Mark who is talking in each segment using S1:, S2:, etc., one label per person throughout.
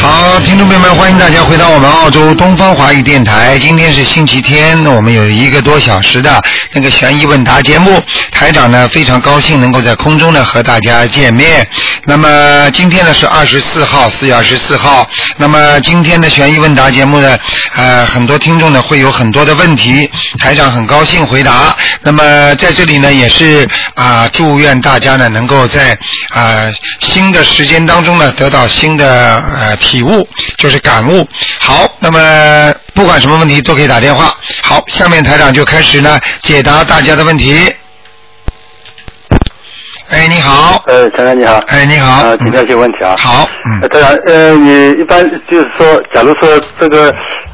S1: 好，听众朋友们，欢迎大家回到我们澳洲东方华语电台。今天是星期天，那我们有一个多小时的那个悬疑问答节目。台长呢非常高兴能够在空中呢和大家见面。那么今天呢是二十四号，四月二十四号。那么今天的悬疑问答节目呢，呃，很多听众呢会有很多的问题，台长很高兴回答。那么在这里呢也是啊、祝愿大家呢能够在啊、新的时间当中呢得到新的呃体悟，就是感悟。好，那么不管什么问题都可以打电话。好，下面台长就开始呢解答大家的问题。哎，你好，
S2: 呃，陈长你好。
S1: 哎，你好，
S2: 啊，请教一些问题啊。
S1: 好，嗯
S2: 呃。，对啊，呃，你一般就是说，假如说这个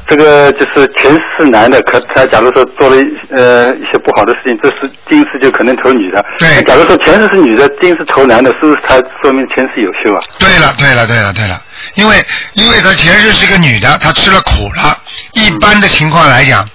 S2: 这个就是前世男的，可他假如说做了一呃一些不好的事情，这是今世就可能投女的。
S1: 对
S2: 那假如说前世是女的，今世投男的，是不是他说明前世有修啊？
S1: 对了，对了，对了，对了，因为因为她前世是个女的，她吃了苦了。一般的情况来讲，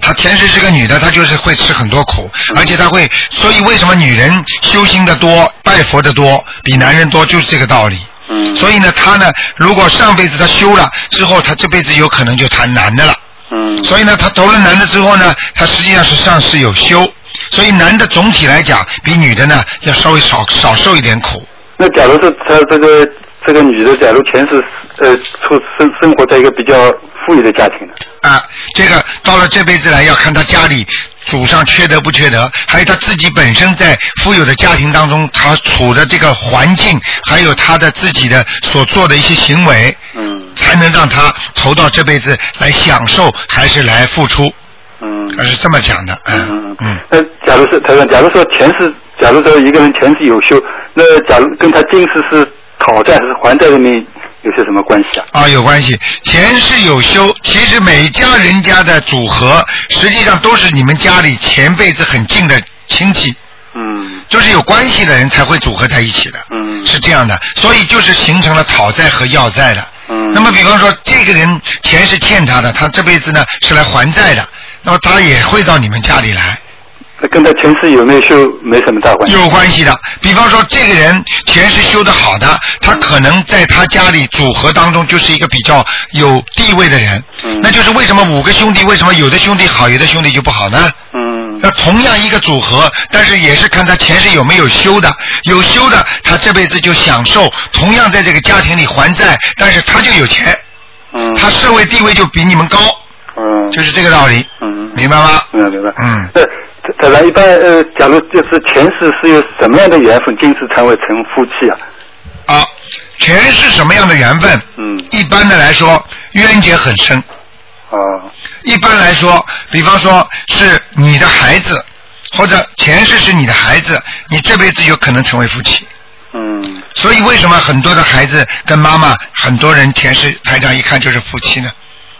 S1: 她前世是个女的，她就是会吃很多苦，而且她会，所以为什么女人修心的多，拜佛的多，比男人多，就是这个道理。
S2: 嗯
S1: 所以呢，她呢，如果上辈子她修了之后，她这辈子有可能就谈男的了。
S2: 嗯
S1: 所以呢，她投了男的之后呢，她实际上是上世有修，所以男的总体来讲比女的呢要稍微少少受一点苦。
S2: 那假如说他这个这个女的，假如前世呃出生生活在一个比较富裕的家庭呢？
S1: 啊，这个到了这辈子来要看他家里祖上缺德不缺德，还有他自己本身在富有的家庭当中，他处的这个环境，还有他的自己的所做的一些行为，
S2: 嗯
S1: 才能让他投到这辈子来享受还是来付出，
S2: 嗯。
S1: 他是这么讲的，嗯
S2: 嗯
S1: 嗯，
S2: 那假如是他说，假如说前世，假如说一个人前世有修，那假如跟他今世是讨债还是还债的面有些什么关系啊？
S1: 啊，有关系。前世有修，其实每家人家的组合，实际上都是你们家里前辈子很近的亲戚，
S2: 嗯
S1: 就是有关系的人才会组合在一起的。
S2: 嗯
S1: 是这样的，所以就是形成了讨债和要债的。
S2: 嗯
S1: 那么，比方说，这个人钱是欠他的，他这辈子呢是来还债的，那么他也会到你们家里来，
S2: 那跟他前世有没有修没什么大关系。
S1: 有关系的。比方说，这个人前世修的好的，他可能在他家里组合当中就是一个比较有地位的人，
S2: 嗯
S1: 那就是为什么五个兄弟为什么有的兄弟好，有的兄弟就不好呢？
S2: 嗯
S1: 那同样一个组合，但是也是看他前世有没有修的，有修的，他这辈子就享受同样在这个家庭里还债，但是他就有钱，
S2: 嗯，
S1: 他社会地位就比你们高，
S2: 嗯
S1: 就是这个道理，
S2: 嗯，
S1: 明白吗？
S2: 明白明白。
S1: 嗯
S2: 那他他一般呃，假如就是前世是有什么样的缘分，今世才会成夫妻啊？
S1: 啊，前世什么样的缘分？
S2: 嗯
S1: 一般的来说，冤结很深。
S2: 哦
S1: 一般来说，比方说是你的孩子，或者前世是你的孩子，你这辈子有可能成为夫妻。
S2: 嗯
S1: 所以为什么很多的孩子跟妈妈，很多人前世台长一看就是夫妻呢？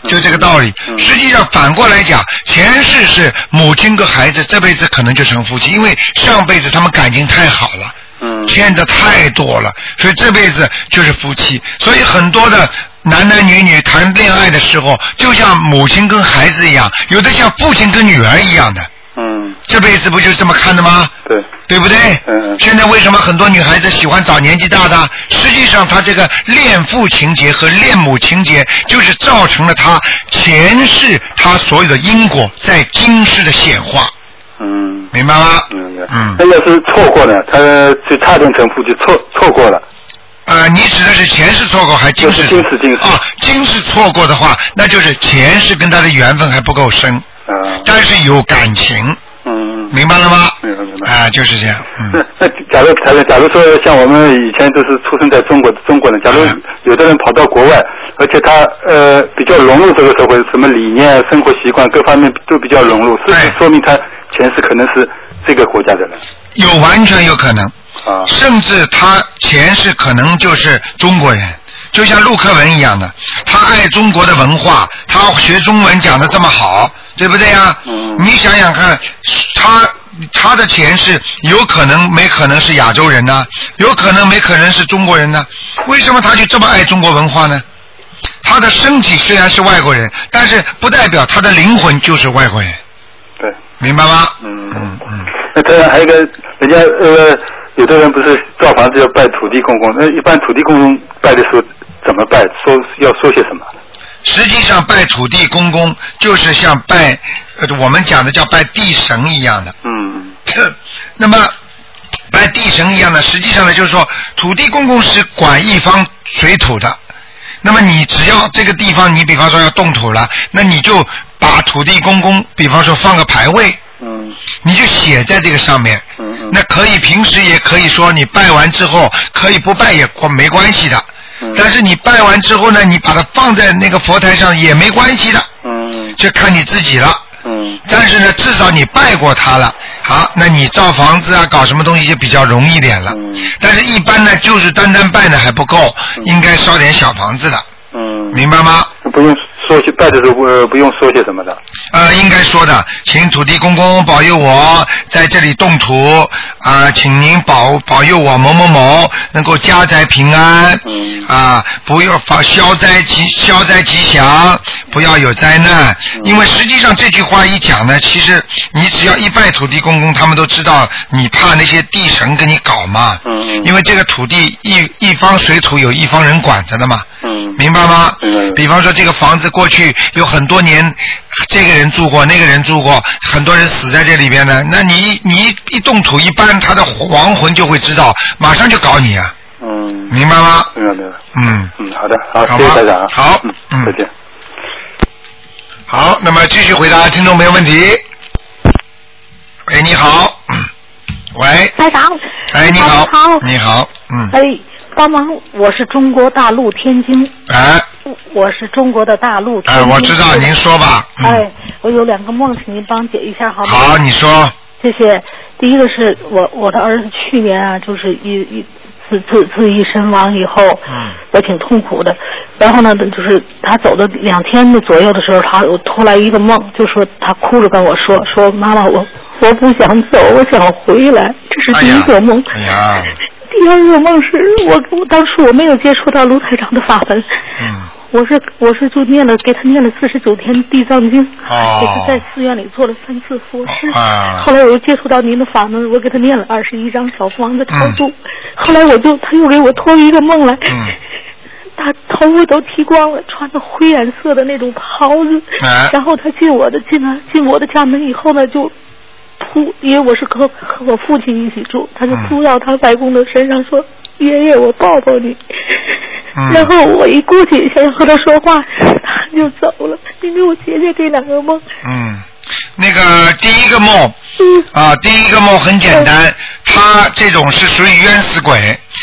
S1: 就这个道理。
S2: 嗯
S1: 实际上反过来讲，前世是母亲跟孩子，这辈子可能就成夫妻，因为上辈子他们感情太好了，
S2: 嗯
S1: 欠的太多了，所以这辈子就是夫妻。所以很多的。男男女女谈恋爱的时候，就像母亲跟孩子一样，有的像父亲跟女儿一样的，
S2: 嗯，
S1: 这辈子不就是这么看的吗？
S2: 对，
S1: 对不对？
S2: 嗯
S1: 现在为什么很多女孩子喜欢找年纪大的？实际上，她这个恋父情节和恋母情节，就是造成了她前世她所有的因果在今世的显化，
S2: 嗯。
S1: 明白吗？
S2: 嗯，
S1: 嗯
S2: 那要是错过呢？他就差点成夫妻，错错过了。
S1: 呃，你指的是前世错过还是今世？
S2: 就是今世今世
S1: 啊，今世错过的话，那就是前世跟他的缘分还不够深，
S2: 啊，
S1: 但是有感情，
S2: 嗯，
S1: 明白了吗？
S2: 明白明白
S1: 啊、就是这样。嗯。
S2: 那那 假如假如假如说像我们以前就是出生在中国的中国人，假如
S1: 嗯
S2: 有的人跑到国外，而且他呃比较融入这个社会，什么理念、啊生活习惯各方面都比较融入，是不是
S1: 对
S2: 说明他前世可能是这个国家的人
S1: 有完全有可能，
S2: 啊？
S1: 甚至他前世可能就是中国人，就像陆克文一样的，他爱中国的文化，他学中文讲的这么好，对不对呀？
S2: 嗯
S1: 你想想看，他他的前世有可能没可能是亚洲人呢、有可能没可能是中国人呢、为什么他就这么爱中国文化呢？他的身体虽然是外国人，但是不代表他的灵魂就是外国人，
S2: 对，
S1: 明白吗？
S2: 嗯
S1: 嗯嗯，
S2: 那当然还有一个，人家呃，有的人不是造房子要拜土地公公，那一般土地公公拜的时候怎么拜？说要说些什么？
S1: 实际上拜土地公公就是像拜，呃，我们讲的叫拜地神一样的。
S2: 嗯，
S1: 那么拜地神一样的，实际上呢，就是说土地公公是管一方水土的。那么你只要这个地方，你比方说要动土了，那你就把土地公公，比方说放个牌位，
S2: 嗯
S1: 你就写在这个上面。
S2: 嗯嗯
S1: 那可以，平时也可以说你拜完之后，可以不拜也关没关系的。
S2: 嗯
S1: 但是你拜完之后呢，你把它放在那个佛台上也没关系的，
S2: 嗯
S1: 这看你自己了。
S2: 嗯
S1: 但是呢，至少你拜过他了，好，那你造房子啊，搞什么东西就比较容易点了。
S2: 嗯
S1: 但是，一般呢，就是单单拜呢还不够，
S2: 嗯
S1: 应该烧点小房子的，
S2: 嗯，
S1: 明白吗？
S2: 不用说些拜的时候呃不用说些什么的。
S1: 呃，应该说的，请土地公公保佑我在这里动土啊、请您保保佑我某某某能够家宅平安，
S2: 嗯
S1: 啊，不要发消灾吉消灾吉祥，不要有灾难。因为实际上这句话一讲呢，其实你只要一拜土地公公，他们都知道你怕那些地神跟你搞嘛，
S2: 嗯
S1: 因为这个土地一一方水土有一方人管着的嘛，
S2: 嗯
S1: 明白吗
S2: 明白明白？
S1: 比方说这个房子过去有很多年，这个人住过，那个人住过，很多人死在这里边呢。那你你一动土一搬，他的亡魂就会知道，马上就搞你啊，
S2: 嗯，
S1: 明白吗？
S2: 明白明白。
S1: 嗯，
S2: 嗯，好的，好，
S1: 好
S2: 谢谢
S1: 吧
S2: 台长啊。
S1: 好嗯
S2: 嗯，再见。
S1: 好，那么继续回答听众朋友问题。喂，你好，嗯喂，
S3: 台长，
S1: 哎，你
S3: 好
S1: 好，
S3: 好，
S1: 你好，嗯，
S3: 哎，帮忙，我是中国大陆天津，
S1: 哎，
S3: 我是中国的大陆天
S1: 哎，
S3: 津。
S1: 我知道，您说吧，嗯，
S3: 哎，我有两个梦，请您帮解一下好吗？
S1: 好，你说，
S3: 谢谢。第一个是我我的儿子去年啊，就是一一自自自缢身亡以后，
S1: 嗯
S3: 我挺痛苦的。然后呢，就是他走的两天左右的时候，他我突来一个梦，就说他哭着跟我说说妈妈我我不想走，我想回来。这是第一个梦。
S1: 哎呀，
S3: 第二个梦是我我当初我没有接触到卢台长的法门，
S1: 嗯，
S3: 我是我是就念了给他念了四十九天地藏经，
S1: 哦
S3: 也是在寺院里做了三次佛事。
S1: 啊
S3: 后来我又接触到您的法门，我给他念了二十一张小房子超
S1: 嗯
S3: 度。后来我就他又给我托一个梦来，
S1: 嗯
S3: 他头发都剃光了，穿着灰染色的那种袍子，
S1: 哎
S3: 然后他进我的进来进我的家门以后呢，就扑，因为我是和和我父亲一起住，他就
S1: 嗯
S3: 扑到他外公的身上说：“爷爷，我抱抱你。
S1: 嗯
S3: 然后我一过去想和他说话，他就走了。因为我姐姐这两个梦，
S1: 嗯，那个第一个梦，
S3: 嗯
S1: 啊，第一个梦很简单，他这种是属于冤死鬼，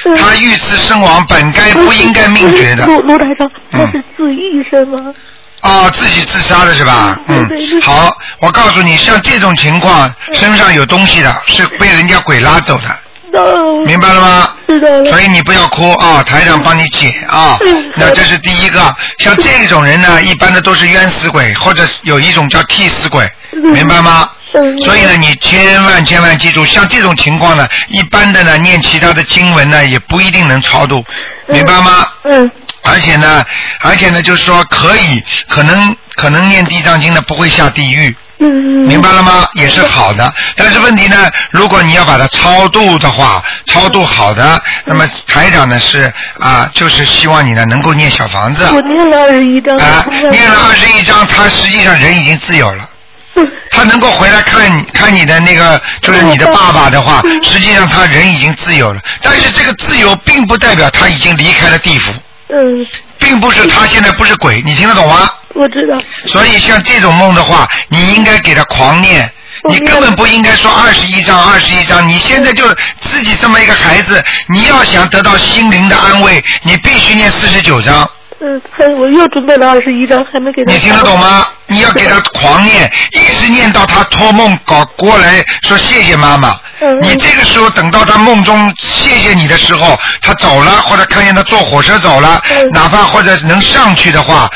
S3: 嗯
S1: 他遇刺身亡，本该不应该命绝的
S3: 卢卢台长，他
S1: 嗯
S3: 是自缢身亡。
S1: 啊，自己自杀的是吧？嗯
S3: 对对对，嗯
S1: 好，我告诉你，像这种情况，身上有东西的，是被人家鬼拉走的，
S4: 哎
S3: 那
S1: 明白了吗？
S3: 哦知道了。
S1: 所以你不要哭啊，台长帮你解啊
S3: 嗯。
S1: 那这是第一个，像这种人 呢，一般的都是冤死鬼，或者有一种叫替死鬼，
S3: 嗯
S1: 明白吗？
S3: 嗯
S1: 所以呢，你千万千万记住，像这种情况呢，一般的呢，念其他的经文呢，也不一定能超度，
S3: 嗯
S1: 明白吗？
S3: 嗯
S1: 而且呢，而且呢，就是说可以，可能可能念地藏经呢不会下地狱，
S3: 嗯，
S1: 明白了吗？也是好的，但是问题呢，如果你要把它超度的话，超度好的，那么台长呢是啊，就是希望你呢能够念小房子
S3: 我念了二十一章，
S1: 啊，念了二十一章，他实际上人已经自由了。
S3: 嗯
S1: 他能够回来看你看你的那个，就是你的爸爸的话，
S3: 嗯
S1: 实际上他人已经自由了。但是这个自由并不代表他已经离开了地府，
S3: 嗯，
S1: 并不是他现在不是鬼，你听得懂吗？
S3: 我知道。
S1: 所以像这种梦的话，你应该给他狂念。
S3: 我
S1: 你
S3: 明白
S1: 根本不应该说二十一章二十一章，你现在就自己这么一个孩子，你要想得到心灵的安慰，你必须念四十九章。
S3: 嗯，还我又准备了二十一张，还没给他。
S1: 你听得懂？吗？你要给他狂念，一直念到他托梦搞过来说谢谢妈妈，
S3: 嗯
S1: 你这个时候等到他梦中谢谢你的时候，他走了，或者看见他坐火车走了，
S3: 嗯
S1: 哪怕或者能上去的话，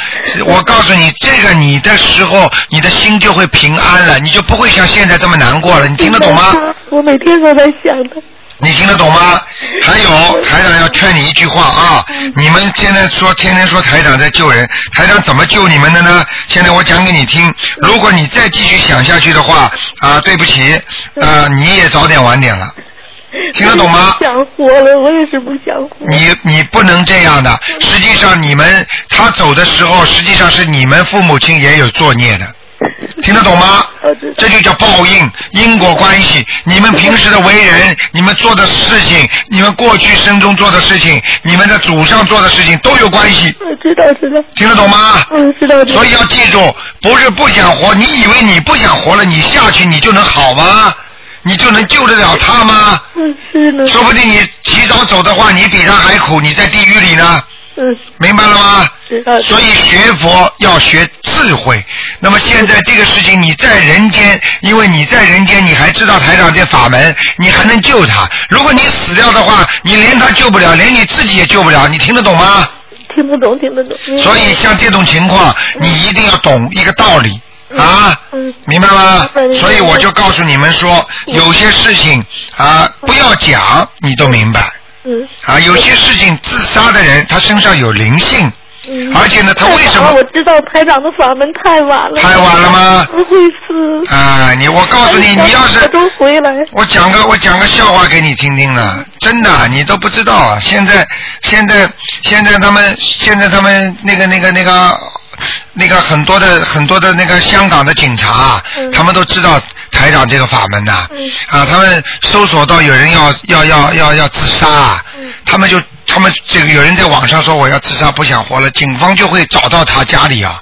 S1: 我告诉你，这个你的时候，你的心就会平安了，你就不会像现在这么难过了。你听得懂吗？
S3: 我每天都在想他。
S1: 你听得懂吗？还有台长要劝你一句话啊！
S3: 嗯
S1: 你们现在说天天说台长在救人，台长怎么救你们的呢？现在我讲给你听，如果你再继续想下去的话，啊，对不起，啊，你也早点晚点了。听得懂吗？
S3: 想活了，我也是不想活。
S1: 你你不能这样的，实际上你们他走的时候，实际上是你们父母亲也有作孽的。听得懂吗？
S5: 呃
S1: 这就叫报应、因果关系。你们平时的为人，你们做的事情，你们过去生中做的事情，你们的祖上做的事情都有关系。
S3: 我嗯知道，知道。
S1: 听得懂吗？
S3: 嗯，知道。
S1: 所以要记住，不是不想活。你以为你不想活了，你下去你就能好吗？你就能救得了他吗？
S3: 嗯，是呢。
S1: 说不定你提早走的话，你比他还苦，你在地狱里呢。
S3: 嗯，啊
S1: 明白了吗？
S3: 知道。
S1: 所以学佛要学智慧。那么现在这个事情你在人间，因为你在人间，你还知道台长这法门，你还能救他。如果你死掉的话，你连他救不了，连你自己也救不了。你听得懂吗？
S3: 听不懂，听不懂。嗯、
S1: 所以像这种情况，你一定要懂一个道理。啊，明白吗？所以我就告诉你们说，有些事情啊，不要讲，你都明白。
S3: 嗯。
S1: 啊，有些事情自杀的人，他身上有灵性，而且呢，他为什么？
S3: 我知道台长的法门太晚了。
S1: 太晚了吗？
S3: 不会死。
S1: 啊，你我告诉你，你要是
S3: 嗯哎我都回来。
S1: 我讲个我讲个笑话给你听听了，真的，你都不知道啊！现在现在现在他们现在他们那个那个那个。那个很多的很多的那个香港的警察、啊，
S3: 嗯
S1: 他们都知道台长这个法门的、啊，啊，他们搜索到有人要要要要要自杀、啊，
S3: 嗯
S1: 他们就他们这个有人在网上说我要自杀不想活了，警方就会找到他家里啊，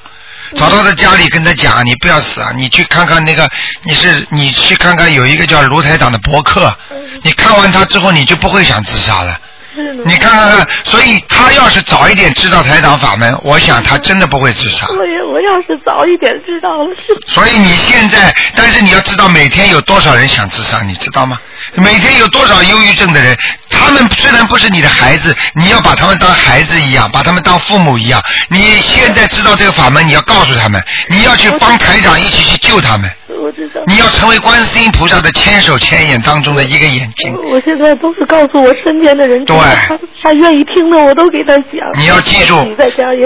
S1: 找到他家里跟他讲你不要死啊，你去看看那个你是你去看看有一个叫卢台长的博客，你看完他之后你就不会想自杀了。你看看看，所以他要是早一点知道台长法门，我想他真的不会自杀。
S3: 我也我要是早一点知道了。
S1: 所以你现在，但是你要知道，每天有多少人想自杀，你知道吗？每天有多少忧郁症的人，他们虽然不是你的孩子，你要把他们当孩子一样，把他们当父母一样。你现在知道这个法门，你要告诉他们，你要去帮台长一起去救他们。
S3: 我知道。
S1: 你要成为观世音菩萨的千手千眼当中的一个眼睛。
S3: 我现在都是告诉我身边的人。
S1: 对。
S3: 他他愿意听的，我都给他讲。
S1: 你要记住，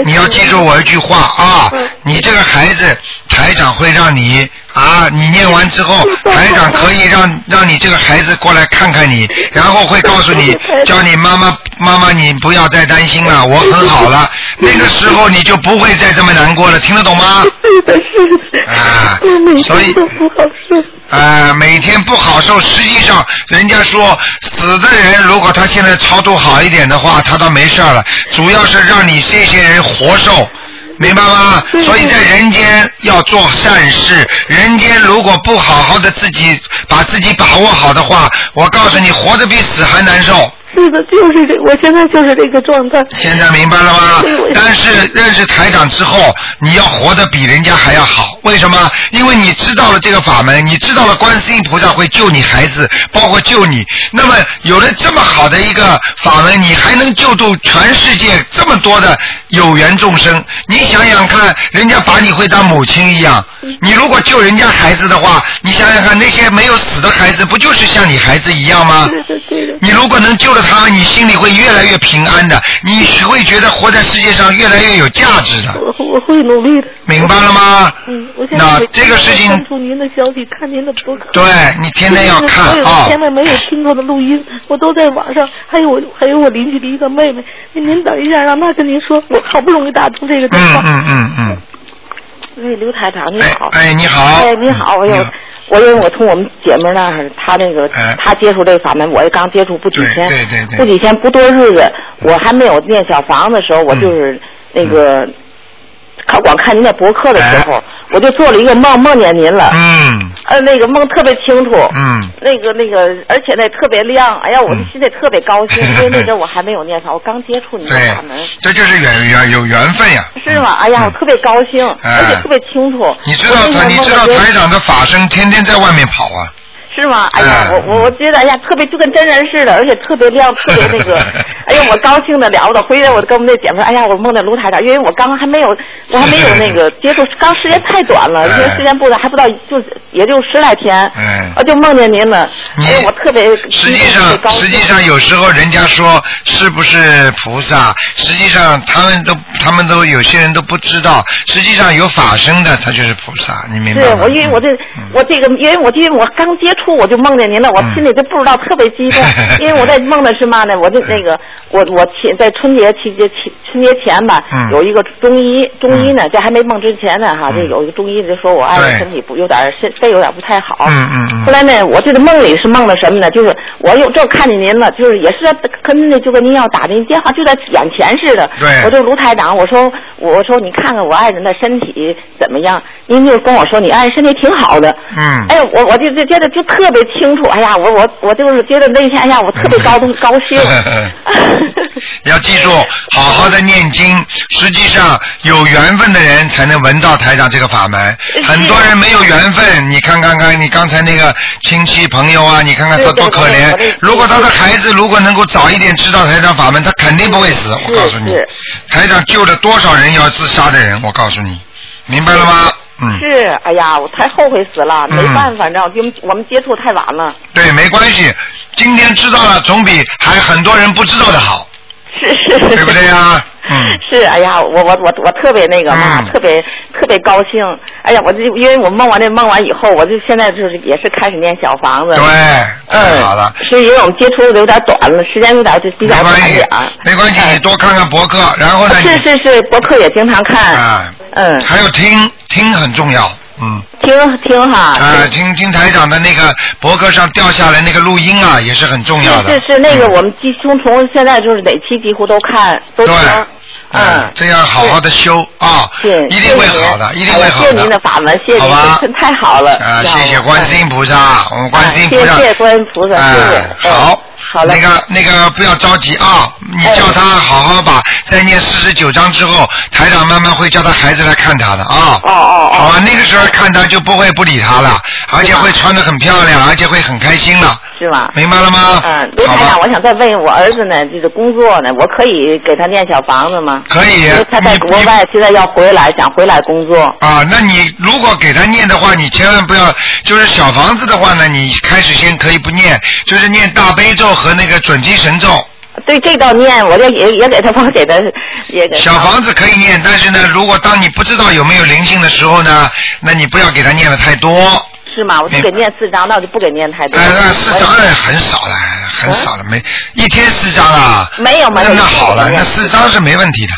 S1: 你要记住我一句话啊！嗯、你这个孩子，台长会让你啊，你念完之后，台长可以让让你这个孩子过来看看你，然后会告诉你，叫你妈妈妈妈，你不要再担心了，啊我很好 了。那个时候你就不会再这么难过了，听得懂吗？
S3: 是的，是的。啊，
S1: 所以。
S3: 不好受。
S1: 啊、呃，每天不好受，实际上人家说死的人，如果他现在超度好一点的话，他倒没事了。主要是让你这些人活受，明白吗？所以在人间要做善事，人间如果不好好的自己把自己把握好的话，我告诉你，活着比死还难受。
S3: 是的，就是这，我现在就是这个状态。
S1: 现在明白了吗？但是认识台长之后，你要活得比人家还要好。为什么？因为你知道了这个法门，你知道了观世音菩萨会救你孩子，包括救你。那么有了这么好的一个法门，你还能救助全世界这么多的有缘众生。你想想看，人家把你会当母亲一样。
S3: 嗯
S1: 你如果救人家孩子的话，你想想看，那些没有死的孩子，不就是像你孩子一样吗？你如果能救。他们，你心里会越来越平安的，你会觉得活在世界上越来越有价值的。
S3: 我我会努力的。
S1: 明白了吗？
S3: 嗯，我
S1: 那这个事情。
S3: 关注您的消息，看您的博客。
S1: 对你天天要看啊。
S3: 现在没有听过的录音，我都在网上。还有我还有我邻居的一个妹妹，您等一下，让她跟您说，我好不容易打通这个电话。
S1: 嗯嗯嗯嗯。
S6: 哎，刘台长，你好。
S1: 哎，你好。哎
S6: 哎，你好，我有。我因为我从我们姐妹那儿，她那个，她接触这法门，我也刚接触不几天，
S1: 对对嗯对
S6: 不几天不多日子，我还没有念小房的时候，我
S1: 嗯
S6: 就是那个，嗯、看光看您的博客的时候，哎、我就做了一个梦，梦见您了，
S1: 嗯，
S6: 呃，那个梦特别清楚，
S1: 嗯，
S6: 那个那个，而且那特别亮，哎呀，我的心里特别高兴，嗯、因为那 阵我还没有念法，我刚接触您的法门，
S1: 这就是缘缘有缘分呀、
S6: 啊，是吗？哎呀，我特别高
S1: 哎
S6: 兴，嗯、而且特别清楚，
S1: 你知道他，你知道台长的法身天天在外面跑啊。
S6: 是吗？哎呀，
S1: 嗯
S6: 我我我觉得哎呀，特别就跟真人似的，而且特别亮，特别那 个，哎呀，我高兴的了不得。回来我跟我们那姐妹说，哎呀，我梦见卢台长，因为我刚刚还没有，我还没有那个接触，刚时间太短了，因为时间不短，还不到就也就十来天，哦
S1: 嗯
S6: 我就梦见您了。哎呀，我特别
S1: 实际
S6: 特别高
S1: 上，
S6: 兴
S1: 实际上有时候人家说是不是菩萨，实际上他们都他们都有些人都不知道，实际上有法身的他就是菩萨，你明白嗯
S6: 是
S1: 吗？，
S6: 我，因为我这我这个，因为我因为我刚接触我就梦见您了，我心里就不知道特别激动 因为我在梦的是嘛呢？我就那个我我前在春节期间期春节前吧
S1: 嗯，
S6: 有一个中医中医呢，在还没梦之前呢哈，
S1: 嗯
S6: 就有一个中医就说我爱
S1: 对
S6: 人身体不有点儿身肺有点儿不太好，
S1: 嗯嗯嗯
S6: 后来呢，我这个梦里是梦的什么呢？就是我有这看见您了，就是也是跟那就跟您要打您电话，就在眼前似的。
S1: 对
S6: 我就卢台长，我说我说你看看我爱人的身体怎么样？您就跟我说你爱人身体挺好的。
S1: 嗯
S6: 哎，我我就就觉得就特别清楚，哎呀，我我我就是觉得那天，哎呀，我特别 高兴高兴。
S1: 要记住，好好的念经。实际上，有缘分的人才能闻到台长这个法门。很多人没有缘分，你看看看，你刚才那个亲戚朋友啊，你看看他
S6: 对对
S1: 多可
S6: 对
S1: 怜
S6: 我的。
S1: 如果他的孩子如果能够早一点知道台长法门，他肯定不会死。我告诉你
S6: 是，
S1: 台长救了多少人要自杀的人，我告诉你，明白了吗？嗯，
S6: 是，哎呀，我太后悔死了，没
S1: 嗯
S6: 办法，你知道，就我们接触太晚了。
S1: 对，没关系，今天知道了总比还很多人不知道的 好，
S6: 是是。
S1: 对不对呀？嗯。
S6: 是，哎呀，我我我我特别那个嘛，
S1: 嗯
S6: 特别特别高兴。哎呀，我就因为我梦完这梦完以后，我就现在就是也是开始念小房子。嗯
S1: 对，太好了。
S6: 是因为我们接触的有点短了，时间有点就比
S1: 没
S6: 较
S1: 关
S6: 短一
S1: 系
S6: 点儿。，
S1: 没关系，你多看看博客，然后呢，
S6: 是
S1: 你
S6: 是是，博客也经常看。
S1: 啊，
S6: 嗯，
S1: 还有听听很重要，嗯，
S6: 听听哈。
S1: 啊，听听台长的那个博客上掉下来那个录音啊，也是很重
S6: 是
S1: 要的。嗯
S6: 是是，那个我们鸡胸虫现在就是哪期几乎都看都
S1: 对
S6: 听。，
S1: 嗯
S6: 嗯，
S1: 这样好好的修啊，
S6: 谢，
S1: 一定会好的，
S6: 谢
S1: 一
S6: 谢您
S1: 定会好
S6: 哎呀谢谢您的法门，谢谢
S1: 好
S6: 您
S1: 吧，
S6: 真太好了。
S1: 啊，
S6: 知道吗
S1: 谢谢观世音菩萨，我们观世音菩萨，
S6: 哎谢谢观世音菩萨
S1: 哎
S6: 谢谢哎
S1: 好，
S6: 好嘞
S1: 那个那个不要着急啊，你
S6: 哎
S1: 叫他好好把在念四十九章之后，台长慢慢会叫他孩子来看他的啊。
S6: 哦哦哦
S1: 好吧，那个时候看他就不会不理他了，而且会穿的很漂亮，而且会很开心了，
S6: 是吗？
S1: 明白了吗？
S6: 嗯，卢
S1: 好
S6: 台长，
S1: 吧，
S6: 我想再问我儿子呢，就是工作呢，我可以给他念小房子吗？
S1: 可以
S6: 因为他
S1: 你
S6: 在国
S1: 你
S6: 外，现在要回来，想回来工作。
S1: 啊，那你如果给他念的话，你千万不要，就是小房子的话呢，你开始先可以不念，就是念大悲咒和那个准提神咒。
S6: 对，这道念，我就也也给他帮给他 也给他
S1: 小房子可以念，但是呢，如果当你不知道有没有灵性的时候呢，那你不要给他念的太多，
S6: 是吗？我就给念四张，那我就不给念太多。
S1: 呃，那四张
S6: 我
S1: 哎很少了，很少了，没一天四张啊。
S6: 嗯没有没有
S1: 那那好了，
S6: 没有
S1: 那四张是没问题的，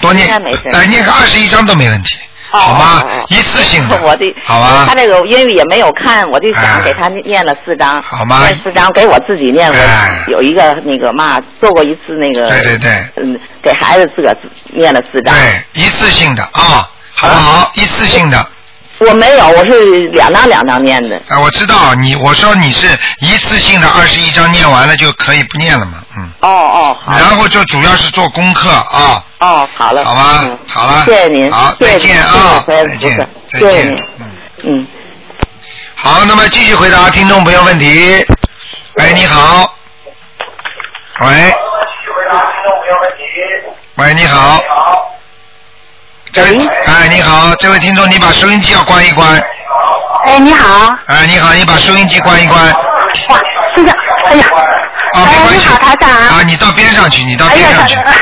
S1: 多念
S6: 应该没事，
S1: 呃，念个二十一张都没问题，
S6: 哦
S1: 好吗
S6: 哦哦？，
S1: 一次性的
S6: 我的
S1: 好
S6: 他
S1: 吧？
S6: 这个英语也没有看，我就
S1: 哎
S6: 想给他念了四张，
S1: 好吗
S6: 念四张给我自己念，
S1: 哎
S6: 我有一个那个嘛，做过一次那个，
S1: 对对对
S6: 嗯，给孩子自个儿自念了四张，
S1: 对，一次性的啊，好不好？一次性的。
S6: 嗯我没有，我是两张两张念的。
S1: 啊，我知道你，我说你是一次性的二十一章念完了就可以不念了嘛，嗯。
S6: 哦哦，好
S1: 然后就主要是做功课啊，
S6: 哦，好了，
S1: 好吧
S6: 嗯，
S1: 好了，
S6: 谢谢您，
S1: 好，
S6: 谢谢
S1: 再见啊，
S6: 您
S1: 再
S6: 谢谢
S1: 见，
S6: 不
S1: 再
S6: 是谢谢
S1: 见
S6: 您，，
S1: 嗯，
S6: 嗯。
S1: 好，那么继续回答听众朋友问题。喂，你好，喂，喂，你好，这位，哎，你好，这位听众，你把收音机要关一关，
S7: 哎，你好，
S1: 哎，你好，你把收音机关一关，
S7: 哇，真的，哎呀，
S1: 啊，没
S7: 哎，
S1: 关
S7: 你
S1: 系，
S7: 好，台长，
S1: 啊，你到边上去，你到
S7: 哎
S1: 边
S7: 呀，
S1: 上
S7: 台
S1: 去，
S7: 长，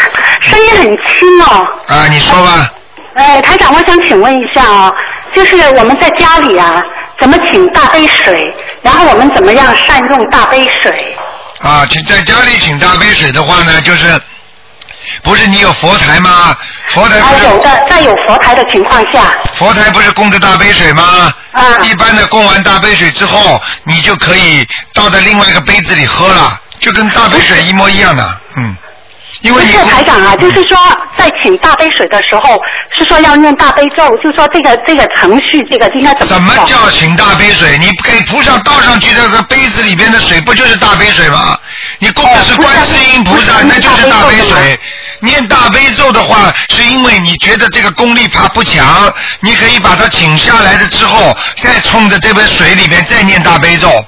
S7: 声音很轻哦。
S1: 啊，你说吧，
S7: 哎，台长，我想请问一下啊、就是我们在家里啊，怎么请大杯水，然后我们怎么样善用大杯水？
S1: 啊，请在家里请大杯水的话呢，就是不是你有佛台吗？佛台
S7: 啊
S1: 不，
S7: 有
S1: 是
S7: 的，在有佛台的情况下，
S1: 佛台不是供着大杯水吗？
S7: 啊
S1: 一般的供完大杯水之后，你就可以倒在另外一个杯子里喝了，就跟大杯水一模一样的，嗯。因
S7: 不
S1: 为
S7: 是
S1: 你供
S7: 台长啊，就是说在请大杯水的时候，是说要念大悲咒，就说这个这个程序，这个应该怎
S1: 怎
S7: 么
S1: 么
S7: 走？
S1: 叫请大杯水？你给菩萨倒上去的那杯子里边的水，不就是大杯水吗？你供的是观世音菩萨，那就是哦大杯水。念大悲咒的话，是因为你觉得这个功力怕不强，你可以把它请下来了之后，再冲着这杯水里边再念大悲咒。哎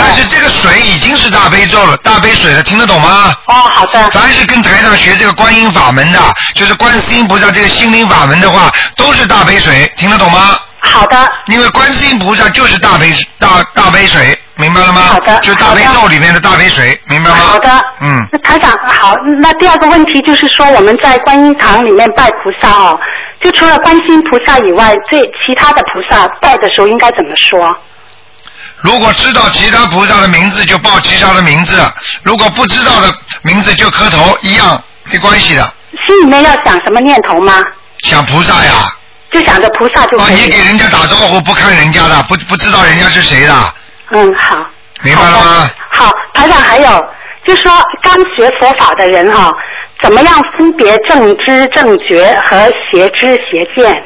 S1: 但是这个水已经是大悲咒了，大悲水了，听得懂吗？
S6: 哦，好的。
S1: 凡是跟台上学这个观音法门的，就是观世音菩萨这个心灵法门的话，都是大悲水，听得懂吗？
S6: 好的。
S1: 因为观世音菩萨就是大悲大大悲水，明白了吗？
S6: 好的
S1: 就是大悲咒里面的大悲水，明白吗？
S8: 好的，
S1: 嗯，
S8: 那台长好，那第二个问题就是说，我们在观音堂里面拜菩萨哦，就除了观世音菩萨以外，这其他的菩萨拜的时候应该怎么说？
S1: 如果知道其他菩萨的名字，就报其他的名字；如果不知道的名字，就磕头，一样没关系的。
S8: 心里面要想什么念头吗？
S1: 想菩萨呀，
S8: 就想着菩萨就
S1: 哦，
S8: 可
S1: 你
S8: 以。
S1: 给人家打招呼不看人家的，不不知道人家是谁的，
S8: 嗯，好。
S1: 明白了吗？
S8: 好，台长还有，就说刚学佛法的人哈、怎么样分别正知正觉和邪知邪见？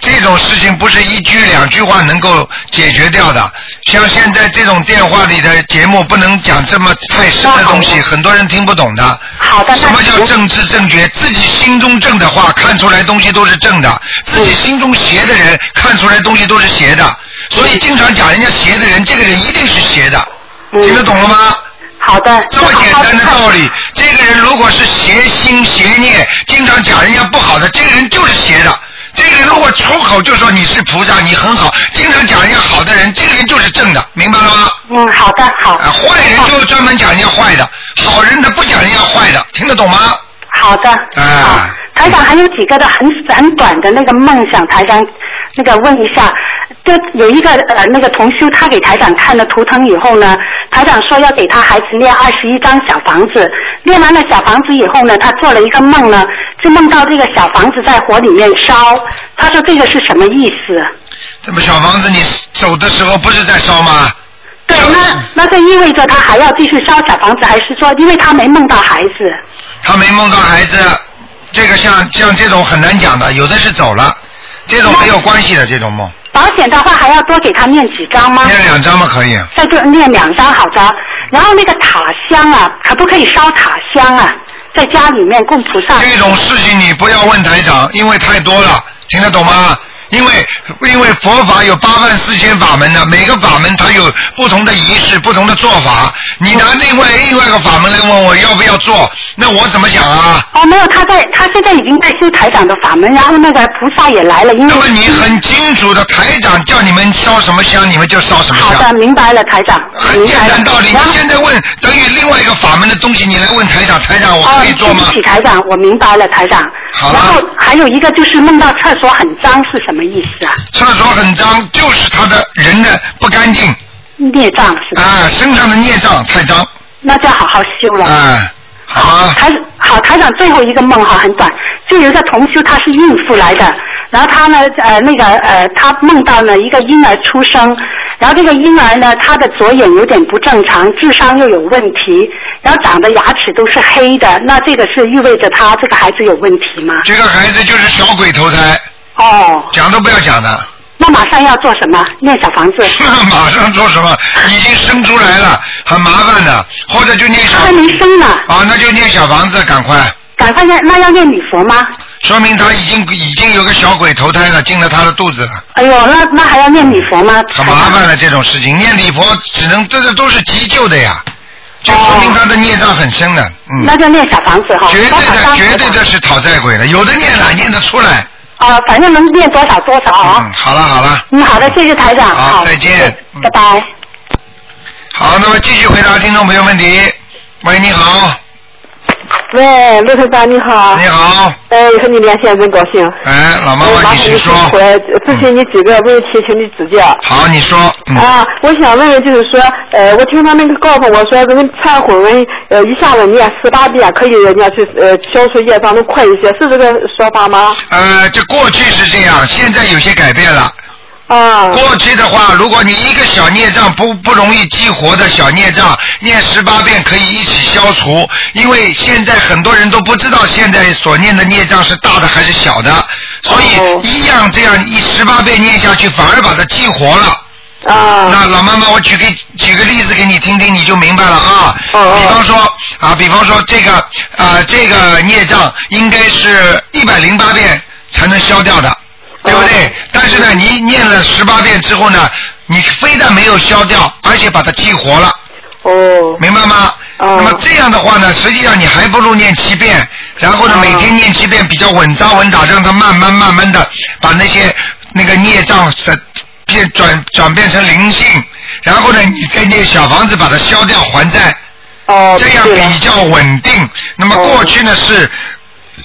S1: 这种事情不是一句两句话能够解决掉的。像现在这种电话里的节目，不能讲这么太深的东西，很多人听不懂的。
S8: 好的，
S1: 什么叫
S8: 那行
S1: 正知正觉？自己心中正的话，看出来东西都是正的；自己心中邪的人，看出来东西都是邪的。所以经常讲人家邪的人，这个人一定是邪的，
S8: 嗯
S1: 听得懂了吗？
S8: 好的，
S1: 这么
S8: 就
S1: 简
S8: 好好
S1: 单的
S8: 看
S1: 道理，这个人如果是邪心邪念，经常讲人家不好的，这个人就是邪的。这个人如果出口就说你是菩萨，你很好，经常讲人家好的人，这个人就是正的，明白了吗？
S8: 嗯，好的，好。
S1: 啊，坏人就专门讲人家坏的，好人他不讲人家坏的，听得懂吗？
S8: 好的。好
S1: 啊，
S8: 台长还有几个的很很短的那个梦想，台长那个问一下，就有一个呃那个同修，他给台长看了图腾以后呢，台长说要给他孩子念二十一张小房子，念完了小房子以后呢，他做了一个梦呢，就梦到这个小房子在火里面烧，他说这个是什么意思？
S1: 这么小房子你走的时候不是在烧吗？
S8: 对，那那这意味着他还要继续烧小房子，还是说因为他没梦到孩子？
S1: 他没梦到孩子，这个像像这种很难讲的，有的是走了，这种没有关系的这种梦，
S8: 保险的话还要多给他念几张吗？
S1: 念两张嘛可以。
S8: 再就念两张好的，然后那个塔香啊，可不可以烧塔香啊？在家里面供菩萨。
S1: 这种事情你不要问台长，因为太多了，听得懂吗？因为因为佛法有八万四千法门呢，每个法门它有不同的仪式、不同的做法。你拿另外另外一个法门来问我要不要做，那我怎么讲啊？
S8: 哦，没有，他在他现在已经在修台长的法门，然后那个菩萨也来了，因为
S1: 那么你很清楚的，台长叫你们烧什么香，你们就烧什么
S8: 好
S1: 香
S8: 的，。明白了，台长，
S1: 很
S8: 明
S1: 简
S8: 白了
S1: 单道理，你
S8: 然后
S1: 现在问等于另外一个法门的东西，你来问台长，台长我
S8: 哦
S1: 可以，做
S8: 对
S1: 吗
S8: 不？起，台长，我明白了，台长。
S1: 好了
S8: 然后还有一个就是梦到厕所很脏是什么意思啊？
S1: 厕所很脏，就是他的人的不干净
S8: 孽障是吧？
S1: 啊，身上的孽障太脏。
S8: 那就要好好修了。
S1: 哎，好啊，
S8: 台好，台长最后一个梦哈很短，就有一个同修她是孕妇来的，然后她呢呃那个呃她梦到呢一个婴儿出生，然后这个婴儿呢他的左眼有点不正常，智商又有问题，然后长的牙齿都是黑的，那这个是意味着他这个孩子有问题吗？
S1: 这个孩子就是小鬼投胎，
S8: 哦，
S1: 讲都不要讲的，
S8: 那马上要做什么？念小房子。
S1: 啊马上做什么？ 已经生出来了，很麻烦的，或者就念小
S8: 他还没生呢，
S1: 啊，那就念小房子，赶快，
S8: 赶快念，那要念礼佛吗？
S1: 说明他已经已经有个小鬼投胎了，进了他的肚子了，
S8: 哎呦，那那还要念礼佛吗？
S1: 很麻烦的这种事情。念礼佛只能这这都是急救的呀，就说明他的孽障很深的，
S8: 哦那
S1: 嗯，
S8: 就念小房子哈，
S1: 绝对
S8: 多少
S1: 的
S8: 张
S1: 绝对的是讨债鬼了，有的念了念得出来，
S8: 啊，反正能念多少多少啊
S1: 嗯，。好了好了。
S8: 嗯，好的，谢谢台长。
S1: 好再见
S8: 谢谢
S1: 嗯
S8: 拜拜。
S1: 好，那么继续回答听众朋友问题。喂，你好，
S9: 喂，陆队长你好。
S1: 你好，
S9: 哎，和你连线真高兴。
S1: 哎，老妈
S9: 哎
S1: 妈，
S9: 麻
S1: 你
S9: 烦
S1: 请
S9: 你
S1: 说。
S9: 回咨询你几个问题，请你指教。
S1: 好，你说，嗯，
S9: 啊，我想问问，就是说，呃，我听他那个告诉我说，跟忏悔文，呃，一下子念十八遍，可以念去呃消除业障，能快一些，是这个说法吗？
S1: 呃，这过去是这样，现在有些改变了。
S8: 哦
S9: 啊，
S1: 过去的话，如果你一个小孽障不不容易激活的小孽障，念十八遍可以一起消除，因为现在很多人都不知道现在所念的孽障是大的还是小的，所
S9: 哦
S1: 以一样这样一十八遍念下去，反而把它激活了。
S9: 啊，
S1: 那老妈妈，我举个举个例子给你听听，你就明白了啊。
S9: 哦哦
S1: 比方说啊，比方说这个啊、这个孽障应该是一百零
S9: 哦
S1: 八遍才能消掉的，对不对？但是呢，你念了十八遍之后呢，你非但没有消掉，而且把它激活了。
S9: 哦，
S1: 明白吗？
S9: 哦
S1: 那么这样的话呢，实际上你还不如念七遍，然后呢，
S9: 哦
S1: 每天念七遍比较稳扎稳打，让它慢慢慢慢的把那些那个孽障转变转转变成灵性，然后
S9: 嗯
S1: 呢，你再念小房子把它消掉还债，
S9: 哦，
S1: 这样
S9: 对了
S1: 比较稳定。那
S9: 哦
S1: 么过去呢是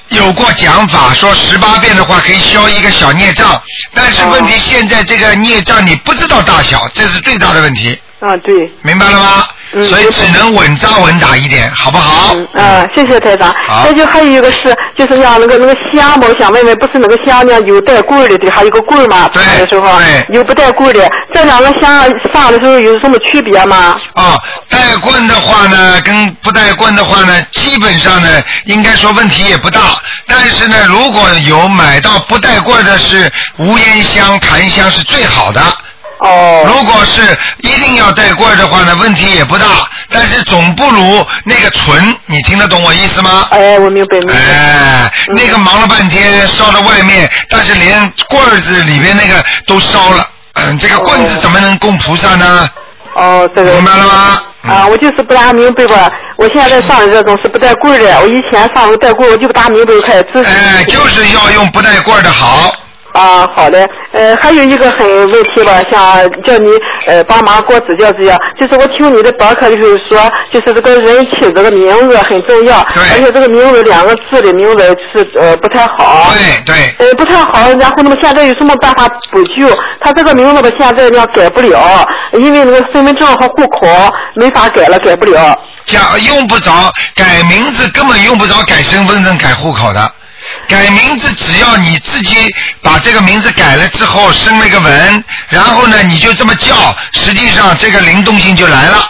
S1: 有过讲法，说十八遍的话可以消一个小孽障，但是问题现在这个孽障你不知道大小，这是最大的问题。
S9: 啊，对，
S1: 明白了吗？
S9: 嗯
S1: 所以只能稳扎稳打一点，好不好？
S9: 嗯，啊，谢谢台长
S1: 好。
S9: 那就还有一个是，就是像那个那个香嘛，我想问问，不是那个香呢，有带棍儿的，对，还有个棍儿嘛，
S1: 对
S9: 有的时候
S1: 对
S9: 有不带棍儿的，这两个香上的时候有什么区别吗？
S1: 啊，带棍的话呢，跟不带棍的话呢，基本上呢，应该说问题也不大。但是呢，如果有买到不带棍的是无烟香、檀香是最好的。
S9: 哦，
S1: 如果是一定要带棍的话呢，问题也不大。但是总不如那个纯，你听得懂我意思吗？
S9: 哎，我明白嗯明白。
S1: 哎，那个忙了半天，烧到外面，但是连棍子里面那个都烧了。嗯，这个棍子怎么能供菩萨呢？
S9: 哦，这个
S1: 明白了吗？
S9: 啊，我就是不大明白吧。我现在上的这种是不带棍儿的，我以前上过带棍儿，我就不大明白这块知识。
S1: 哎，就是要用不带棍的好。
S9: 啊，好嘞。呃，还有一个很问题吧，想叫你呃帮忙给我指教指教。就是我听你的博客就是说，就是这个人起这个名字很重要，
S1: 对
S9: 而且这个名字两个字的名字是呃不太好。
S1: 对对，
S9: 呃，不太好，然后那么现在有什么办法补救？他这个名字吧，现在呢改不了，因为那个身份证和户口没法改了，改不了。
S1: 讲用不着改名字，根本用不着改身份证、改户口的。改名字只要你自己把这个名字改了之后，生了个文，然后呢你就这么叫，实际上这个灵动性就来了。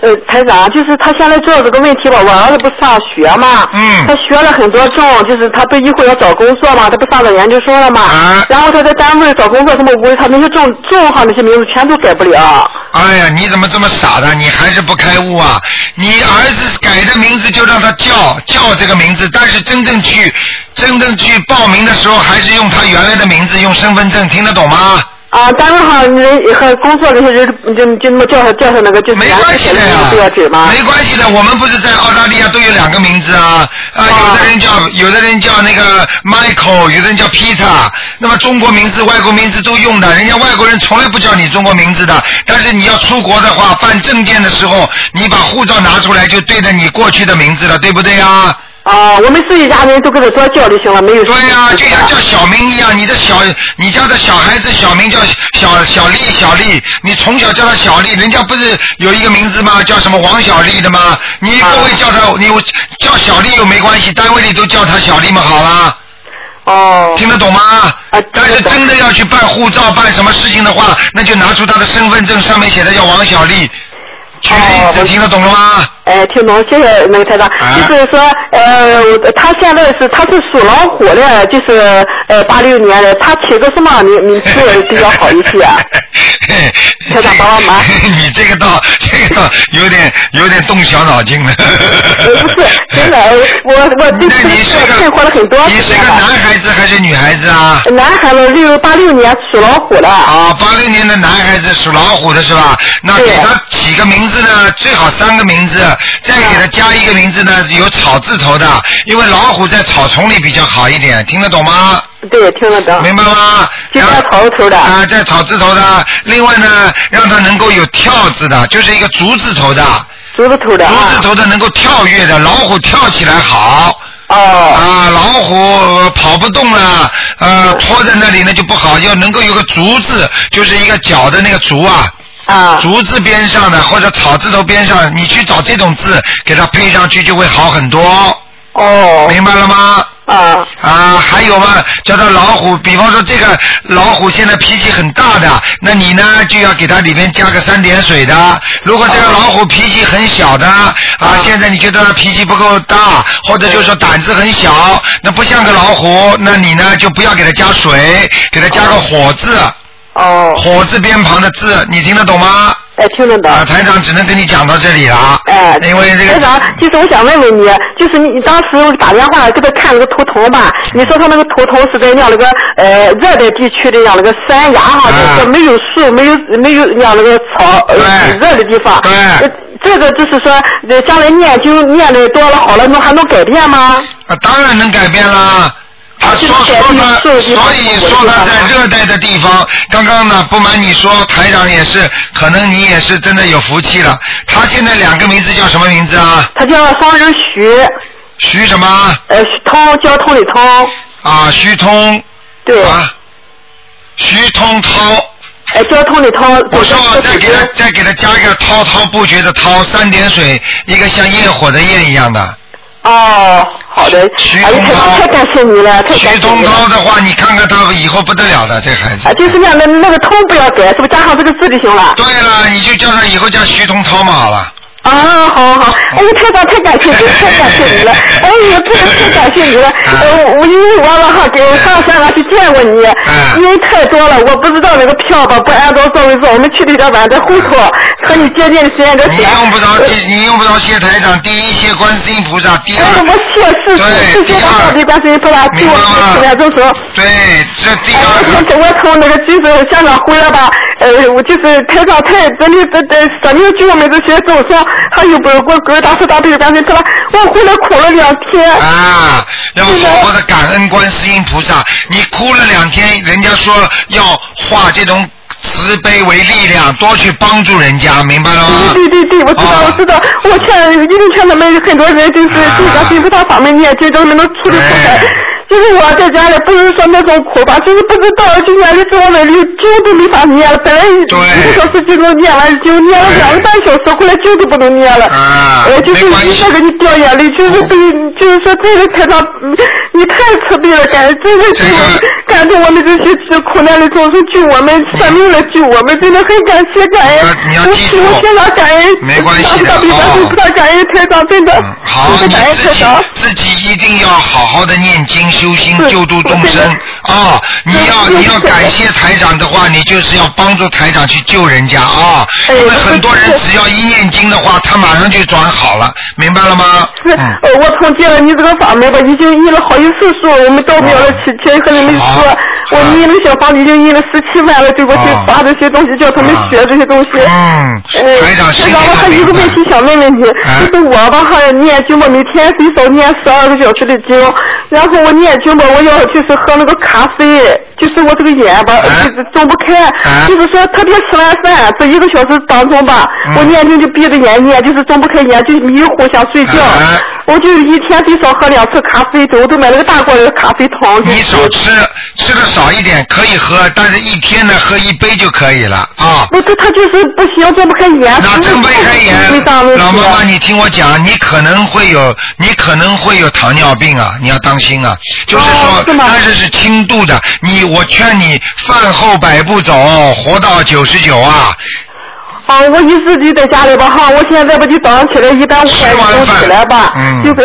S9: 呃，台长，就是他现在主要这个问题吧，我儿子不上学嘛，
S1: 嗯
S9: 他学了很多证，就是他不一会儿要找工作嘛，他不上了研究生了嘛，
S1: 啊
S9: 然后他在单位找工作什么无他那些证证上那些名字全都改不了。
S1: 哎呀，你怎么这么傻的？你还是不开悟啊！你儿子改的名字就让他叫叫这个名字，但是真正去真正去报名的时候，还是用他原来的名字，用身份证，听得懂吗？
S9: 啊，单位上人和工作那些人就就那么叫他叫他那个就是
S1: 没
S9: 原来
S1: 关系
S9: 写
S1: 的
S9: 的
S1: 呀
S9: 那个地址嘛，
S1: 没关系的。我们不是在澳大利亚都有两个名字啊，啊，有的人叫有的人叫那个 Michael，有的人叫 Peter。那么中国名字、外国名字都用的，人家外国人从来不叫你中国名字的。但是你要出国的话，办证件的时候，你把护照拿出来就对着你过去的名字了，对不对啊？
S9: 啊，我们自己家人都跟他多叫就行了，没有什么
S1: 对呀、
S9: 事
S1: 就
S9: 情
S1: 像叫小明一样，你的小，你家的小孩子小名叫小小丽，小丽，你从小叫他小丽，人家不是有一个名字吗？叫什么王小丽的吗？你各位叫他，你叫小丽又没关系，单位里都叫他小丽嘛，好啦，
S9: 哦，
S1: 听得懂吗
S9: 啊？
S1: 但是真的要去办护照、办什么事情的话，那就拿出他的身份证，上面写的叫王小丽，举例子
S9: 哦
S1: 听得懂了吗？
S9: 哎，听懂，谢谢那个台长。
S1: 啊
S9: 就是说，呃，我他现在是他是属老虎的，就是呃八六年的，他起个什么名名字比较好一些？啊
S1: 台
S9: 台长帮帮忙
S1: 你这个倒，这个倒有点有点动小脑筋了。
S9: 呃，不是，真的，呃我我对
S1: 那
S9: 这 个
S1: 你是
S9: 事困惑了
S1: 个
S9: 很多
S1: 你
S9: 时
S1: 是
S9: 间
S1: 个
S9: 了。
S1: 男孩子还是女孩子啊？
S9: 男孩子六八六年属老虎的。
S1: 啊，八六年的男孩子属老虎的是吧？那
S9: 对
S1: 给他起个名字呢，最好三个名字，再给他加一个名字呢，有草字头的，因为老虎在草丛里比较好一点，听得懂吗？
S9: 对，听得懂。
S1: 明白吗？
S9: 就
S1: 然后
S9: 在草头的
S1: 啊，在草字头的。另外呢，让它能够有跳字的，就是一个竹字头的，
S9: 竹子头的
S1: 竹
S9: 啊
S1: 字。头的能够跳跃的，老虎跳起来好。
S9: 哦
S1: 啊，老虎跑不动了，呃，
S9: 嗯
S1: 拖在那里那就不好，要能够有个竹字，就是一个脚的那个竹啊，
S9: 啊。
S1: 竹字边上的或者草字头边上，你去找这种字给它配上去就会好很多，
S9: 哦。
S1: 明白了吗？
S9: 啊。
S1: 啊，还有嘛，叫它老虎，比方说这个老虎现在脾气很大的，那你呢就要给它里面加个三点水的。如果这个老虎脾气很小的，啊，现在你觉得它脾气不够大，或者就是说胆子很小，那不像个老虎，那你呢就不要给它加水，给它加个火字，
S9: 哦。
S1: 火字边旁的字，你听得懂吗？
S9: 哎，听得到。
S1: 啊，台长只能跟你讲到这里了。
S9: 哎，
S1: 因为这
S9: 台
S1: 个
S9: 长，就是我想问问你，就是你你当时我打电话给他看了个图腾吧，你说他那个图腾是在那样那个呃热带地区的那样那个山崖哈，
S1: 啊
S9: 就是没有树，没有没有那样那个草，呃
S1: 对
S9: 热的地方。
S1: 对
S9: 呃这个就是说，呃将来念经念的多了好了，那还能改变吗？
S1: 啊，当然能改变啦。他说
S9: 就是改
S1: 说
S9: 变
S1: 他，
S9: 受的地方
S1: 所以说他在热带的地方。刚刚呢，不瞒你说，台长也是，可能你也是真的有福气了。他现在两个名字叫什么名字啊？
S9: 他叫双人徐，
S1: 徐什么？
S9: 呃，徐通交通的通，
S1: 啊，徐通
S9: 对，
S1: 啊，徐通涛。
S9: 呃，交通的通。
S1: 我说我
S9: 走
S1: 再给他再给他加一个滔滔不绝的滔，三点水，一个像焰火的焰一样的。
S9: 哦，好的，
S1: 徐
S9: 哎呀，
S1: 东
S9: 太
S1: 涛
S9: 太感谢你了，太感谢
S1: 徐
S9: 你了。
S1: 通涛的话，你看看他以后不得了的这孩子
S9: 啊，。就是那样的，那个通不要改，是不是加上这个字就行了？
S1: 对了，你就叫他以后叫徐通涛嘛好了。
S9: 啊，好好，哎呀，太长太感谢你了，太感谢 你了，哎呀，这个太感谢你了，
S1: 啊
S9: 呃，我因为我了哈，给上香港去见过你，因为太多了，我不知道那个票吧，不按照座位坐，我们去的有点晚，在胡同和你接见的时间有点
S1: 啊你
S9: 短。
S1: 用不着，你你用不着谢台长，第一谢观世音菩萨，第
S9: 哎，我
S1: 二
S9: 谢世世界上大悲观世音菩萨替我们出来众生。
S1: 对这第
S9: 哎，我
S1: 二
S9: 从
S1: 个
S9: 我从那个就是香港回来吧，呃，我就是台长太真的这这真的救我们这些众生，还有不我给大慈大悲的观世音菩萨，我回来哭了两天。
S1: 啊，要好好的感恩观世音菩萨。你哭了两天，人家说要化这种慈悲为力量，多去帮助人家，明白了吗？
S9: 对对对，我知道，
S1: 啊
S9: 我知道，我劝，一定劝他们很多人就是对咱幸福他法门念经，都能出的出来
S1: 对。
S9: 就是我在家里不是说那种苦吧，就是不知道今年的中文里经都没法念了，本来一
S1: 对
S9: 个小时就能念完，就念了
S1: 对
S9: 两个半小时，后来经都不能念了。
S1: 啊
S9: 呃，就是
S1: 没关系哦
S9: 一下给你掉眼泪，就是对，就是说这个台长，嗯你太慈悲了，感真是
S1: 这
S9: 救
S1: 个
S9: 感动我们这些苦难的众生，救我们，算命了救我们，真的很感谢感恩
S1: 呃。你要记住
S9: 我我非常感恩，
S1: 没关系的哦
S9: 大悲观世音菩萨感恩台长，真的，
S1: 嗯，好，
S9: 真
S1: 你
S9: 的感恩
S1: 自
S9: 台
S1: 己
S9: 长。
S1: 自己一定要好好的念经修心
S9: 是
S1: 救度众生啊、你要
S9: 是
S1: 你要
S9: 是
S1: 感谢台长的话，你就是要帮助台长去救人家啊、
S9: 哎
S1: 因为
S9: 是
S1: 很多人只要一念经的话，他马上就转好了，明白了吗？
S9: 是，
S1: 嗯。
S9: 呃，我从见了你这个法门吧，已经印了好几次书，我们到不了了
S1: 哦
S9: 去前和你们
S1: 好
S9: 说，我
S1: 好
S9: 们印了小房子已经印了十七万了，结果去
S1: 哦
S9: 把这些东西叫他们
S1: 啊
S9: 学这些东西。
S1: 嗯，
S9: 呃，
S1: 台长心里
S9: 长，我还
S1: 很
S9: 有一个
S1: 明白
S9: 问题想问问你，
S1: 哎
S9: 就是我吧，哈，念经吧，每天最少念十二个小时的经，然后我念经吧，我要就是喝那个咖啡，就是我这个眼吧，
S1: 哎
S9: 就是睁不开，
S1: 哎
S9: 就是说特别吃完饭这一个小时当中吧，
S1: 嗯
S9: 我念经就闭着眼念，就是睁不开眼，就迷糊想睡觉，
S1: 哎
S9: 我就一天最少喝两次咖啡，我都买了个大罐的咖啡糖。
S1: 你少吃，吃的少一点可以喝，但是一天呢喝一杯就可以了啊。
S9: 我这他就是不行，睁不开眼，
S1: 那睁不开
S9: 最
S1: 眼
S9: 大问，题啊
S1: 老妈
S9: 了
S1: 妈，你听我讲，你可能会有，你可能会有糖尿病啊，你要当心啊。就是说，
S9: 哦是吗
S1: 但是是轻度的。你，我劝你饭后百步走，活到九十九啊。
S9: 啊，我一自己在家里吧哈，我现在不就早上起来一般五点钟起来吧，
S1: 吃完饭嗯
S9: 就呃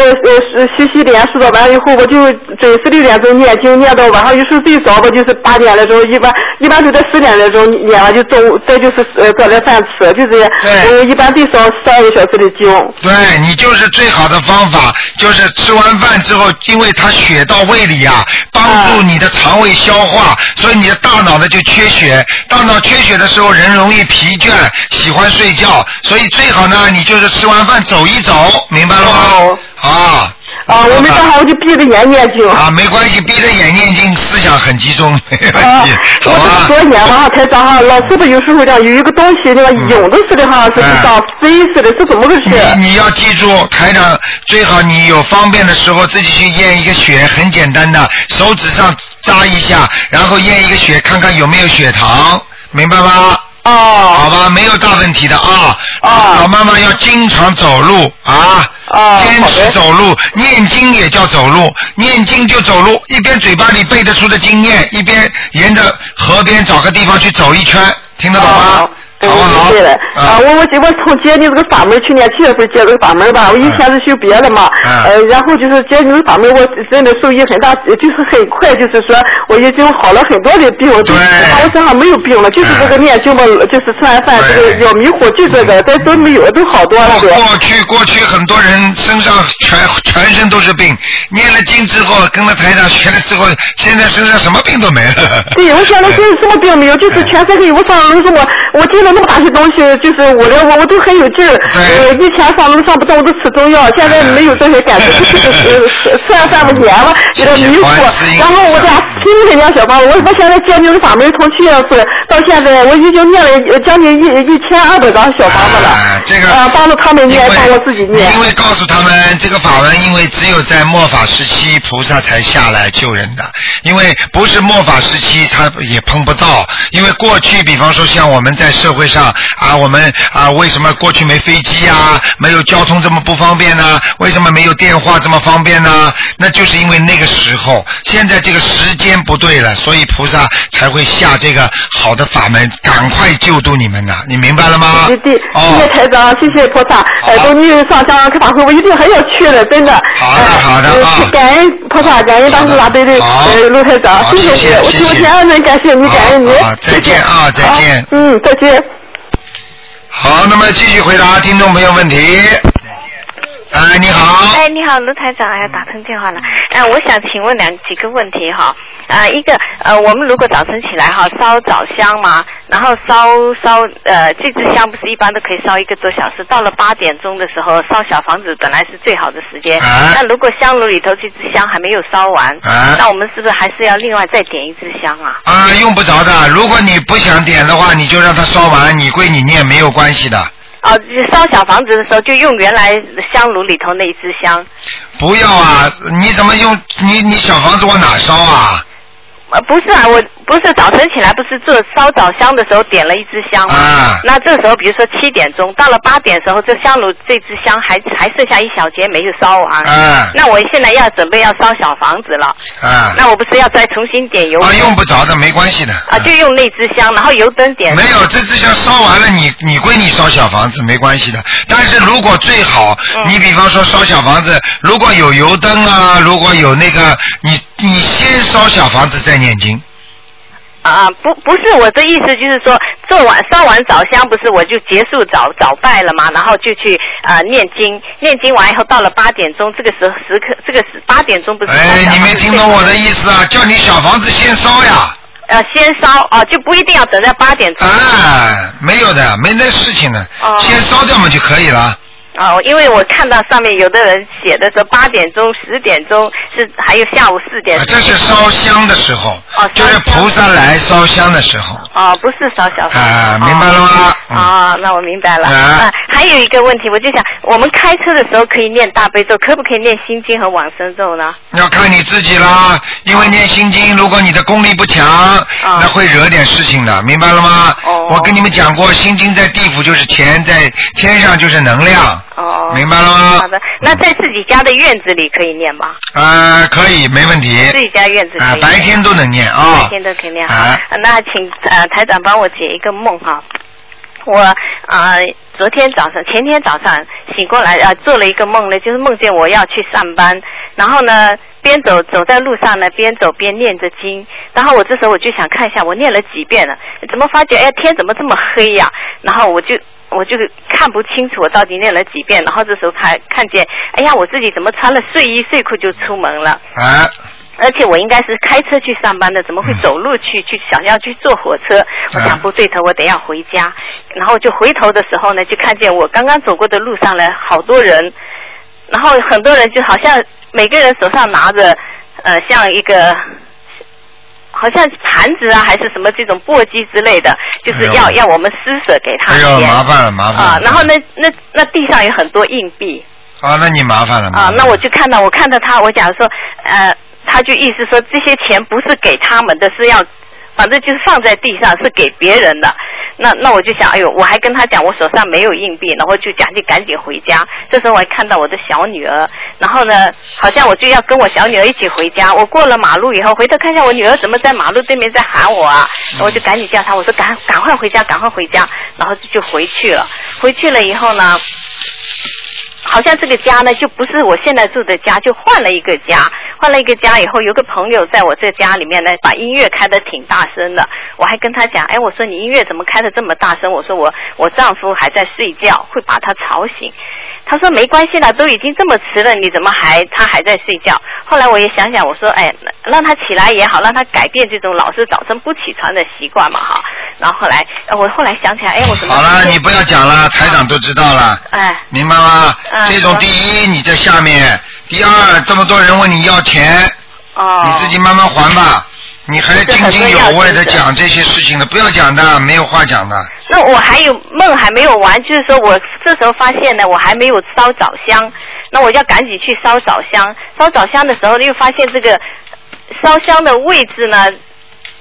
S9: 呃洗洗脸梳妆完以后，我就准时六点钟念经，念到晚上有时候最早吧就是八点来钟，一般一般就在十点来钟念完就中午，再就是呃做点饭吃，就这样，
S1: 对啊
S9: 我一般最少十二个小时的经。
S1: 对你就是最好的方法，就是吃完饭之后，因为它血到胃里呀、帮助你的肠胃消化，所以你的大脑呢就缺血。大脑缺血的时候，人容易疲倦，喜欢睡觉，所以最好呢，你就是吃完饭走一走，明白了吗
S9: 哦？
S1: 啊
S9: 啊，我没办法，我就闭着眼念经。
S1: 啊，没关系，闭着眼念经，思想很集中，没问
S9: 啊
S1: 题，，好
S9: 我
S1: 吧
S9: 这？多年了哈，台长哈，老师傅有时候讲有一个东西那个涌的似的哈，是
S1: 嗯
S9: 像飞似的，是怎么回事？
S1: 你你要记住，台长最好你有方便的时候自己去验一个血，很简单的，手指上扎一下，然后验一个血，看看有没有血糖，明白吗？
S9: 哦。
S1: 好吧，没有大问题的啊。
S9: 啊
S1: 老妈妈要经常走路啊。
S9: 啊
S1: 坚
S9: 好
S1: 持
S9: 的
S1: 走路，念经也叫走路，念经就走路，一边嘴巴里背得出的经念，一边沿着河边找个地方去走一圈，听得懂吗
S9: 哦？
S1: 好不好？嗯
S9: 对了，啊，我我我从接你这个法门，去年七月份接这个法门吧，我以前是修别的嘛，
S1: 嗯
S9: 呃，然后就是接你这个法门，我真的受益很大，就是很快，就是说我已经好了很多的病，对，我身上没有病了，就是这
S1: 嗯
S9: 个念经吧，就是吃完饭这个要迷糊，就这个，但都没有，都好多了，对。
S1: 过去过去很多人身上全全身都是病，念了经之后跟了台长学了之后，现在身上什么病都没了。
S9: 对，我现在就是什么病没有，就是全身黑。我上楼说我我进了那么大些东西，就是我的我我都很有劲儿。呃，以前上楼上不动，我都吃中药，现在没有这些感觉，就是呃吃吃完饭不黏了，有点迷糊。然后我这样拼命的念小方，我我现在接牛的法门，从去月份到现在，我已经念了呃将近一一千二百张小方子了。
S1: 哎
S9: 这个啊，帮助他们念，帮我自己念。
S1: 因为告诉他们，这个法门因为只有在末法时期菩萨才下来救人的，因为不是末法时期他也碰不到。因为过去，比方说像我们在社会上啊，我们啊为什么过去没飞机啊，没有交通这么不方便呢、为什么没有电话这么方便呢、啊那就是因为那个时候，现在这个时间不对了，所以菩萨才会下这个好的法门，赶快救度你们呐、你明白了吗？
S9: 对对，谢谢台长，谢谢菩萨，呃，等你上香开法会，我一定很有趣的，真的。好的，好的啊。感恩菩萨，感恩当时拉队的呃陆台长，谢谢你，我替我天安门感谢你，感恩您。
S1: 再见啊，再见。
S9: 嗯，再见。
S1: 好，那么继续回答听众朋友问题。哎，你好。
S10: 哎，你好，卢台长，哎，打通电话了。哎，我想请问两几个问题哈。啊、一个呃，我们如果早晨起来哈，烧早香嘛，然后烧烧呃，这支香不是一般都可以烧一个多小时，到了八点钟的时候烧小房子本来是最好的时间。
S11: 啊
S10: 那如果香炉里头这支香还没有烧完，
S1: 啊
S10: 那我们是不是还是要另外再点一支香啊？
S1: 啊，用不着的。如果你不想点的话，你就让它烧完，你归你念没有关系的。
S10: 哦，烧小房子的时候就用原来香炉里头那一支香，
S1: 不要啊！你怎么用你你小房子往哪烧啊？
S10: 呃，不是啊，我不是早晨起来不是做烧早香的时候点了一支香吗？
S1: 啊
S10: 那这时候比如说七点钟，到了八点时候，这香炉这支香还还剩下一小节没有烧完。
S1: 啊
S10: 那我现在要准备要烧小房子了，
S1: 啊，
S10: 那我不是要再重新点油灯？啊，
S1: 用不着的，没关系的。
S10: 就用那支香，然后油灯点。
S1: 没有，这支香烧完了，你你归你烧小房子没关系的。但是如果最好，你比方说烧小房子，如果有油灯啊，如果有那个，你你先烧小房子再念经。
S10: 啊，不不是我的意思，就是说做完烧完早香，不是我就结束早早拜了嘛，然后就去啊、呃念经，念经完以后到了八点钟，这个时候时刻，这个时八点钟不是？
S1: 哎，你没听懂我的意思啊？叫你小房子先烧呀。
S10: 呃，先烧啊，就不一定要等到八点钟。
S1: 啊，没有的，没那事情的，先烧掉嘛就可以了。啊
S10: 哦，因为我看到上面有的人写的说八点钟、十点钟是，还有下午四点。
S1: 啊这是烧香的时候，就是菩萨来烧香的时候。
S10: 哦，不是烧小房。
S1: 啊，明白了吗？
S10: 哦，那我明白了。
S1: 啊
S10: 啊，还有一个问题，我就想，我们开车的时候可以念大悲咒，可不可以念心经和往生咒呢？
S1: 要看你自己啦，因为念心经，如果你的功力不强，那会惹点事情的，明白了吗？我跟你们讲过，心经在地府就是钱，在天上就是能量，明白了吗
S10: 哦好？的，那在自己家的院子里可以念吗？
S1: 啊，可以，没问题。
S10: 自己家院子可以念
S1: 啊，白天都能念
S10: 白
S1: 啊。
S10: 天都可以念哈。
S1: 啊
S10: 那请呃台长帮我解一个梦哈。我啊、呃昨天早上、前天早上醒过来，呃，做了一个梦呢，就是梦见我要去上班，然后呢，边走走在路上呢，边走边念着经，然后我这时候我就想看一下我念了几遍了，怎么发觉哎天怎么这么黑呀、然后我就我就看不清楚我到底念了几遍，然后这时候才看见，哎呀，我自己怎么穿了睡衣睡裤就出门了。
S1: 啊，
S10: 而且我应该是开车去上班的，怎么会走路
S1: 嗯
S10: 去？去想要去坐火
S1: 啊
S10: 车，我想不对头，我得要回家。然后就回头的时候呢，就看见我刚刚走过的路上呢，好多人，然后很多人就好像每个人手上拿着，呃，像一个。好像盘子啊，还是什么这种簸箕之类的，就是要、
S1: 哎呦
S10: 要我们施舍给他
S1: 哎呦，
S10: 钱
S1: 麻烦了，麻
S10: 啊
S1: 烦。了。
S10: 然后那那那地上有很多硬币，
S1: 啊，那你麻烦了。麻
S10: 啊
S1: 烦，了
S10: 那我就看到，我看到他，我讲说，呃，他就意思说这些钱不是给他们的，是要反正就是放在地上是给别人的。那那我就想，哎呦，我还跟他讲我手上没有硬币，然后就讲就赶紧回家。这时候我还看到我的小女儿，然后呢，好像我就要跟我小女儿一起回家。我过了马路以后，回头看见我女儿怎么在马路对面在喊我啊，我就赶紧叫她，我说赶赶快回家，赶快回家，然后就回去了。回去了以后呢？好像这个家呢，就不是我现在住的家，就换了一个家。换了一个家以后，有个朋友在我这家里面呢，把音乐开的挺大声的。我还跟他讲，哎，我说你音乐怎么开的这么大声？我说我我丈夫还在睡觉，会把他吵醒。他说没关系啦，都已经这么迟了，你怎么还他还在睡觉？后来我也想想，我说哎，让他起来也好，让他改变这种老是早晨不起床的习惯嘛哈。然后后来我后来想起来，哎，我怎么
S1: 好了，你不要讲了，台长都知道了，
S10: 哎，
S1: 明白吗？这种第一你在下面，第二这么多人问你要钱，
S10: 哦，
S1: 你自己慢慢还吧。你还津津有味的讲这些事情的，不要讲的，没有话讲的。
S10: 那我还有梦还没有完，就是说我这时候发现呢，我还没有烧早香，那我要赶紧去烧早香。烧早香的时候又发现这个烧香的位置呢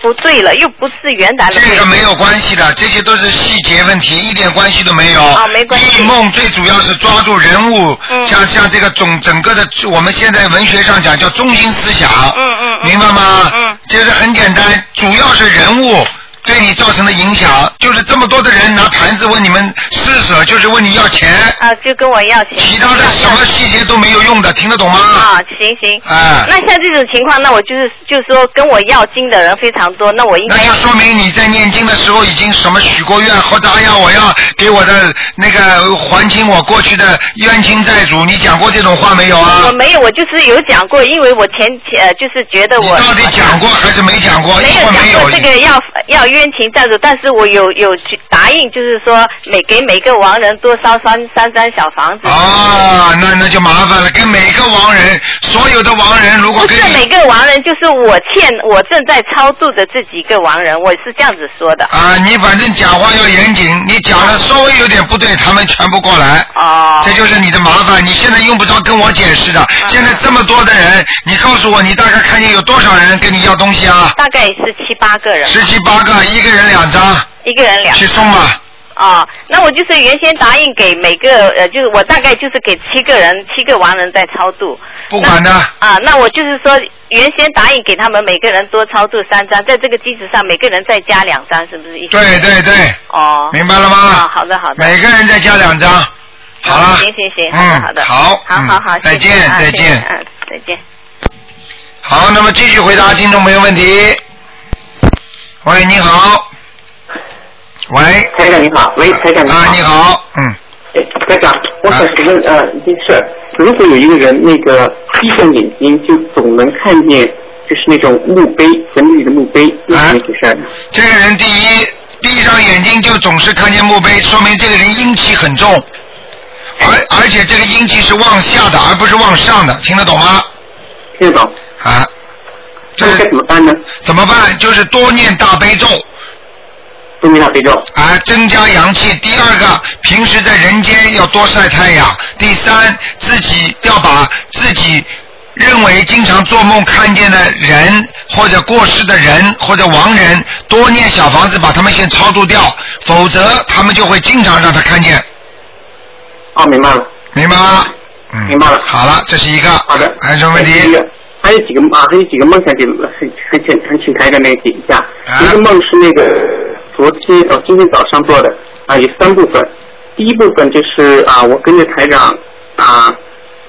S10: 不对了，又不是原来的位置。
S1: 这个没有关系的，这些都是细节问题，一点关系都没有。
S10: 啊没关系
S1: 异梦最主要是抓住人物，
S10: 嗯
S1: 像像这个总整个的，我们现在文学上讲叫中心思想，
S10: 嗯嗯嗯
S1: 明白吗？
S10: 嗯，
S1: 就是很简单，主要是人物。对你造成的影响，就是这么多的人拿盘子问你们施舍，就是问你要钱，
S10: 啊，就跟我要钱。
S1: 其他的什么细节都没有用的，听得懂吗？
S10: 啊，行行。
S1: 哎
S10: 那像这种情况，那我就是就是说跟我要经的人非常多，那我应
S1: 那
S10: 该
S1: 就
S10: 要
S1: 说明你在念经的时候已经什么许过愿，或者哎呀我要给我的那个还清我过去的冤亲债主，你讲过这种话没有啊
S10: 我？没有，我就是有讲过，因为我前前呃就是觉得
S1: 你
S10: 我
S1: 到底讲过还是没讲过？
S10: 没有
S1: 或没有
S10: 讲过这个要要冤情债主，但是我有有去答应，就是说每给每个亡人多烧三三张小房子。
S1: 啊，那那就麻烦了。跟每个亡人，所有的亡人，如果
S10: 不
S1: 跟
S10: 是每
S1: 你
S10: 个亡人，就是我欠我正在超度的这几个亡人，我是这样子说的。
S1: 啊，你反正讲话要严谨，你讲的稍微有点不对，他们全部过来。
S10: 哦，
S1: 这就是你的麻烦，你现在用不着跟我解释
S10: 啊
S1: 的。现在这么多的人，你告诉我，你大概看见有多少人跟你要东西啊？
S10: 大概是七八个人，
S1: 十七八个，一个人两张，
S10: 一个人两
S1: 去送吧。
S10: 啊、那我就是原先答应给每个呃，就是我大概就是给七个人，七个亡人在超度。
S1: 不管的，
S10: 啊，那我就是说，原先答应给他们每个人多超度三张，在这个基础上，每个人再加两张，是不是？
S1: 对对对，
S10: 哦。
S1: 明白了吗？
S10: 啊，好的好的。
S1: 每个人再加两张，好了。
S10: 行行行，好的
S1: 嗯，
S10: 好的。
S1: 好，
S10: 好
S1: 嗯
S10: 好好，
S1: 再见
S10: 谢谢啊
S1: 再
S10: 谢谢
S1: 见。
S10: 嗯，再见。
S1: 好，那么继续回答听众朋友问题。喂，你好。喂。
S11: 台长你好，喂，台长你
S1: 啊，
S11: 好，
S1: 你好，嗯，
S11: 哎，台长，我想请问呃一件事儿，如果有一个人那个闭上眼睛就总能看见，就是那种墓碑，坟地里的墓碑，那是怎么回事儿？
S1: 这个人第一闭上眼睛就总是看见墓碑，说明这个人阴气很重，而而且这个阴气是往下的，而不是往上的，听得懂吗？
S11: 听得懂？
S1: 啊，这
S11: 那该怎么办呢？
S1: 怎么办？就是多念大悲咒
S11: 都没拿非洲。
S1: 啊，增加阳气。第二个，平时在人间要多晒太阳。第三，自己要把自己认为经常做梦看见的人，或者过世的人，或者亡人，多念小房子，把他们先超度掉，否则他们就会经常让他看见，
S11: 哦，明白了。
S1: 明白吗？嗯，
S11: 明白了
S1: 好了，这是一个。
S11: 好的，
S1: 还有什么问题？
S11: 还有几个还有几个啊，还有几个梦想解，很很请很请台长那个解一下。
S1: 啊
S11: 一个梦是那个昨天哦，今天早上做的啊，有三部分。第一部分就是啊，我跟着台长啊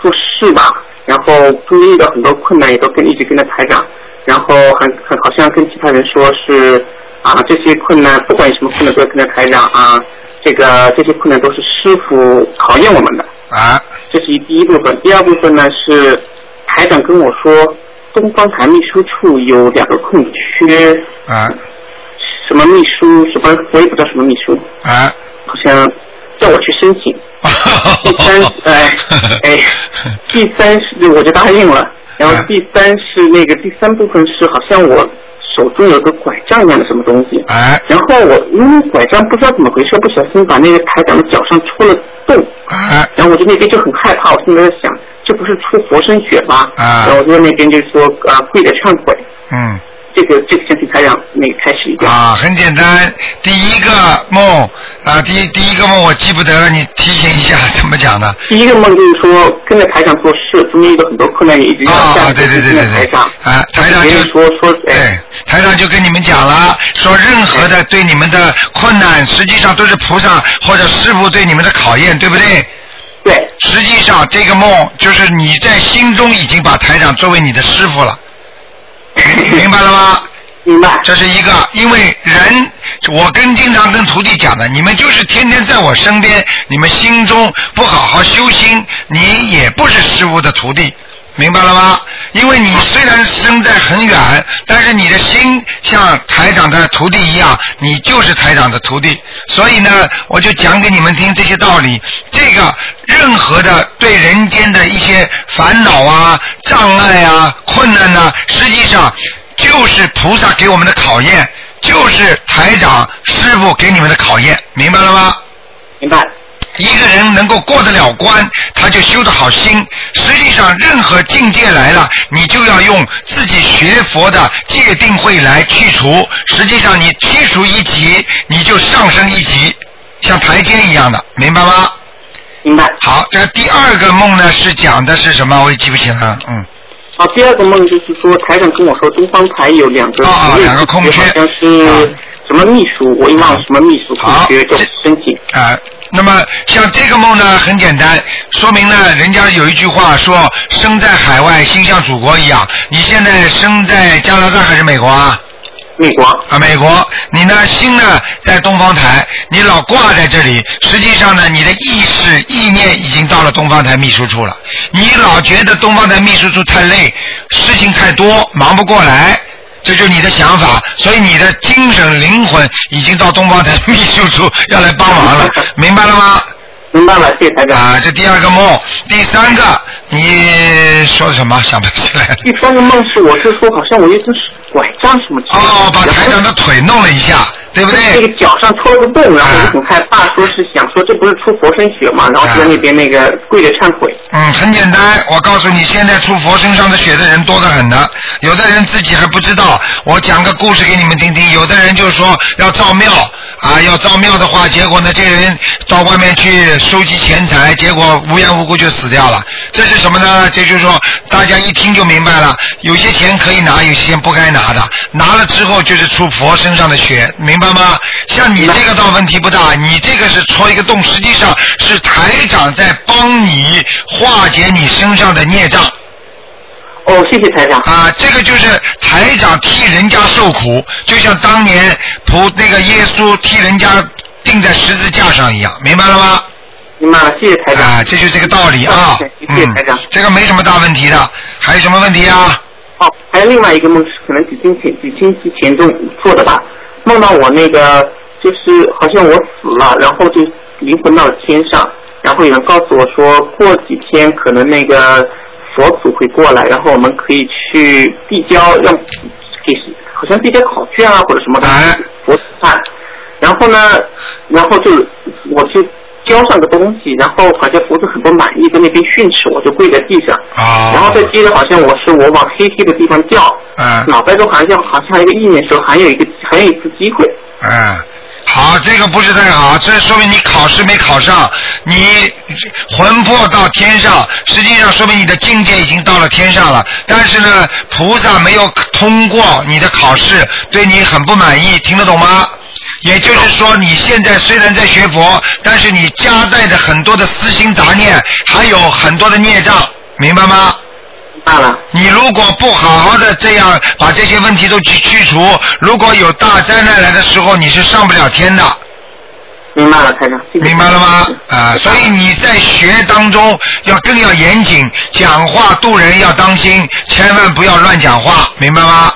S11: 做事吧，然后注意到很多困难也都跟一直跟着台长，然后很很好像跟其他人说是啊这些困难不管有什么困难都要跟着台长啊，这个这些困难都是师傅考验我们的。
S1: 啊，
S11: 这是第一部分。第二部分呢是台长跟我说，东方台秘书处有两个空缺，
S1: 啊，
S11: 什么秘书，什么我也不知道什么秘书，
S1: 啊。
S11: 好像叫我去申请。第三，哎哎，第三是我就答应了。然
S1: 嗯
S11: 后第三是那个第三部分是好像我手中有个拐杖一样的什么东西，
S1: 哎
S11: 然后我因为拐杖不知道怎么回事，不小心把那个台长的脚上戳了洞。
S1: 哎
S11: 然后我就那边就很害怕，我心里在想，这不是出活生血吗？
S1: 啊
S11: 然后我就在那边就说啊跪着忏悔，
S1: 嗯
S11: 这个这个身体台长那个开始一下。
S1: 啊，很简单，第一个梦啊，第第一个梦我记不得了，你提醒一下怎么讲的？
S11: 第一个梦就是说跟着台长做事，中间遇到很多困难也一直要下
S1: 啊，对对对
S11: 跟
S1: 对
S11: 着台
S1: 对，
S11: 长。
S1: 啊，台长
S11: 别
S1: 就
S11: 人说说哎
S1: 对，台长就跟你们讲了，说任何的对你们的困难，实际上都是菩萨或者师傅对你们的考验，对不对？
S11: 对。
S1: 实际上，这个梦就是你在心中已经把台长作为你的师傅了， 明白了吗？
S11: 明白。
S1: 这是一个，因为人，我跟经常跟徒弟讲的，你们就是天天在我身边，你们心中不好好修心，你也不是师傅的徒弟。明白了吗？因为你虽然身在很远，但是你的心像台长的徒弟一样，你就是台长的徒弟。所以呢，我就讲给你们听这些道理。这个任何的对人间的一些烦恼啊、障碍啊、困难呐、实际上就是菩萨给我们的考验，就是台长师傅给你们的考验，明白了吗？
S11: 明白。
S1: 一个人能够过得了关，他就修得好心。实际上，任何境界来了，你就要用自己学佛的戒定慧来去除。实际上，你去除一级，你就上升一级，像台阶一样的，明白吗？
S11: 明白。
S1: 好，这第二个梦呢是讲的是什么？我也记不起来了，嗯。
S11: 啊，第二个梦就是说，台长跟我说东方台有两个
S1: 啊
S11: 职位
S1: 两个空缺啊
S11: 好像是什么秘书，我也忘了什么秘书空缺叫申请。
S1: 啊、那么像这个梦呢，很简单，说明呢，人家有一句话说“生在海外，心向祖国”一样。你现在生在加拿大还是美国啊？
S11: 美国
S1: 啊，美国，你呢心呢在东方台，你老挂在这里，实际上呢，你的意识意念已经到了东方台秘书处了。你老觉得东方台秘书处太累，事情太多，忙不过来，这就是你的想法，所以你的精神灵魂已经到东方台秘书处要来帮忙了，明白了吗？
S11: 明白了，谢谢台长。
S1: 啊，这第二个梦，第三个，你说什么？想不起来了。
S11: 第三个梦是，我是说，好像我有一只拐杖什么之类的，
S1: 哦，把台长的腿弄了一下，对不啊对？
S11: 那个脚上戳了个洞，然后我就很害怕，说是想说这不是出佛身血嘛，然后就
S1: 啊
S11: 在那边那个跪着忏悔。
S1: 嗯，很简单，我告诉你，现在出佛身上的血的人多得很呢。有的人自己还不知道。我讲个故事给你们听听。有的人就说要造庙啊，要造庙的话，结果呢，这人到外面去收集钱财，结果无缘无故就死掉了。这是什么呢？这就是说，大家一听就明白了。有些钱可以拿，有些钱不该拿的，拿了之后就是出佛身上的血，明白吗？像你这个倒问题不大，你这个是戳一个洞，实际上是台长在帮你化解你身上的孽障。
S11: 哦，谢谢台长。
S1: 啊，这个就是台长替人家受苦，就像当年菩那个耶稣替人家钉在十字架上一样，明白了吗？
S11: 明白了，谢谢台长。
S1: 啊，这就这个道理啊
S11: 谢。谢谢谢
S1: 嗯
S11: 台长。，
S1: 这个没什么大问题的，还有什么问题啊？
S11: 哦，还有另外一个梦是可能几天前几星期前中做的吧，梦到我那个就是好像我死了，然后就灵魂到了天上，然后有人告诉我说过几天可能那个佛祖会过来，然后我们可以去递交让给好像递交考卷啊或者什么的
S1: 哎
S11: 佛祖看，然后呢，然后就我就。交上个东西，然后好像佛祖很不满意，在那边训斥我，就跪在地上，
S4: 哦
S11: 然
S1: 啊
S11: 后，再接着好像我是我往黑黑的地方掉，
S1: 嗯
S11: 脑袋中好像好像还有一个意念说还有一个还有一次机会，
S1: 嗯，好，这个不是太好，这说明你考试没考上，你魂魄到天上，实际上说明你的境界已经到了天上了。但是呢，菩萨没有通过你的考试，对你很不满意，听得懂吗？也就是说，你现在虽然在学佛，但是你夹带着很多的私心杂念，还有很多的孽障，明白吗？
S11: 罢了，
S1: 你如果不好好的这样把这些问题都去去除，如果有大灾难来的时候，你是上不了天的，
S11: 明白了，台长，谢谢
S1: 明白了吗？啊、所以你在学当中要更要严谨，讲话渡人要当心，千万不要乱讲话，明白吗？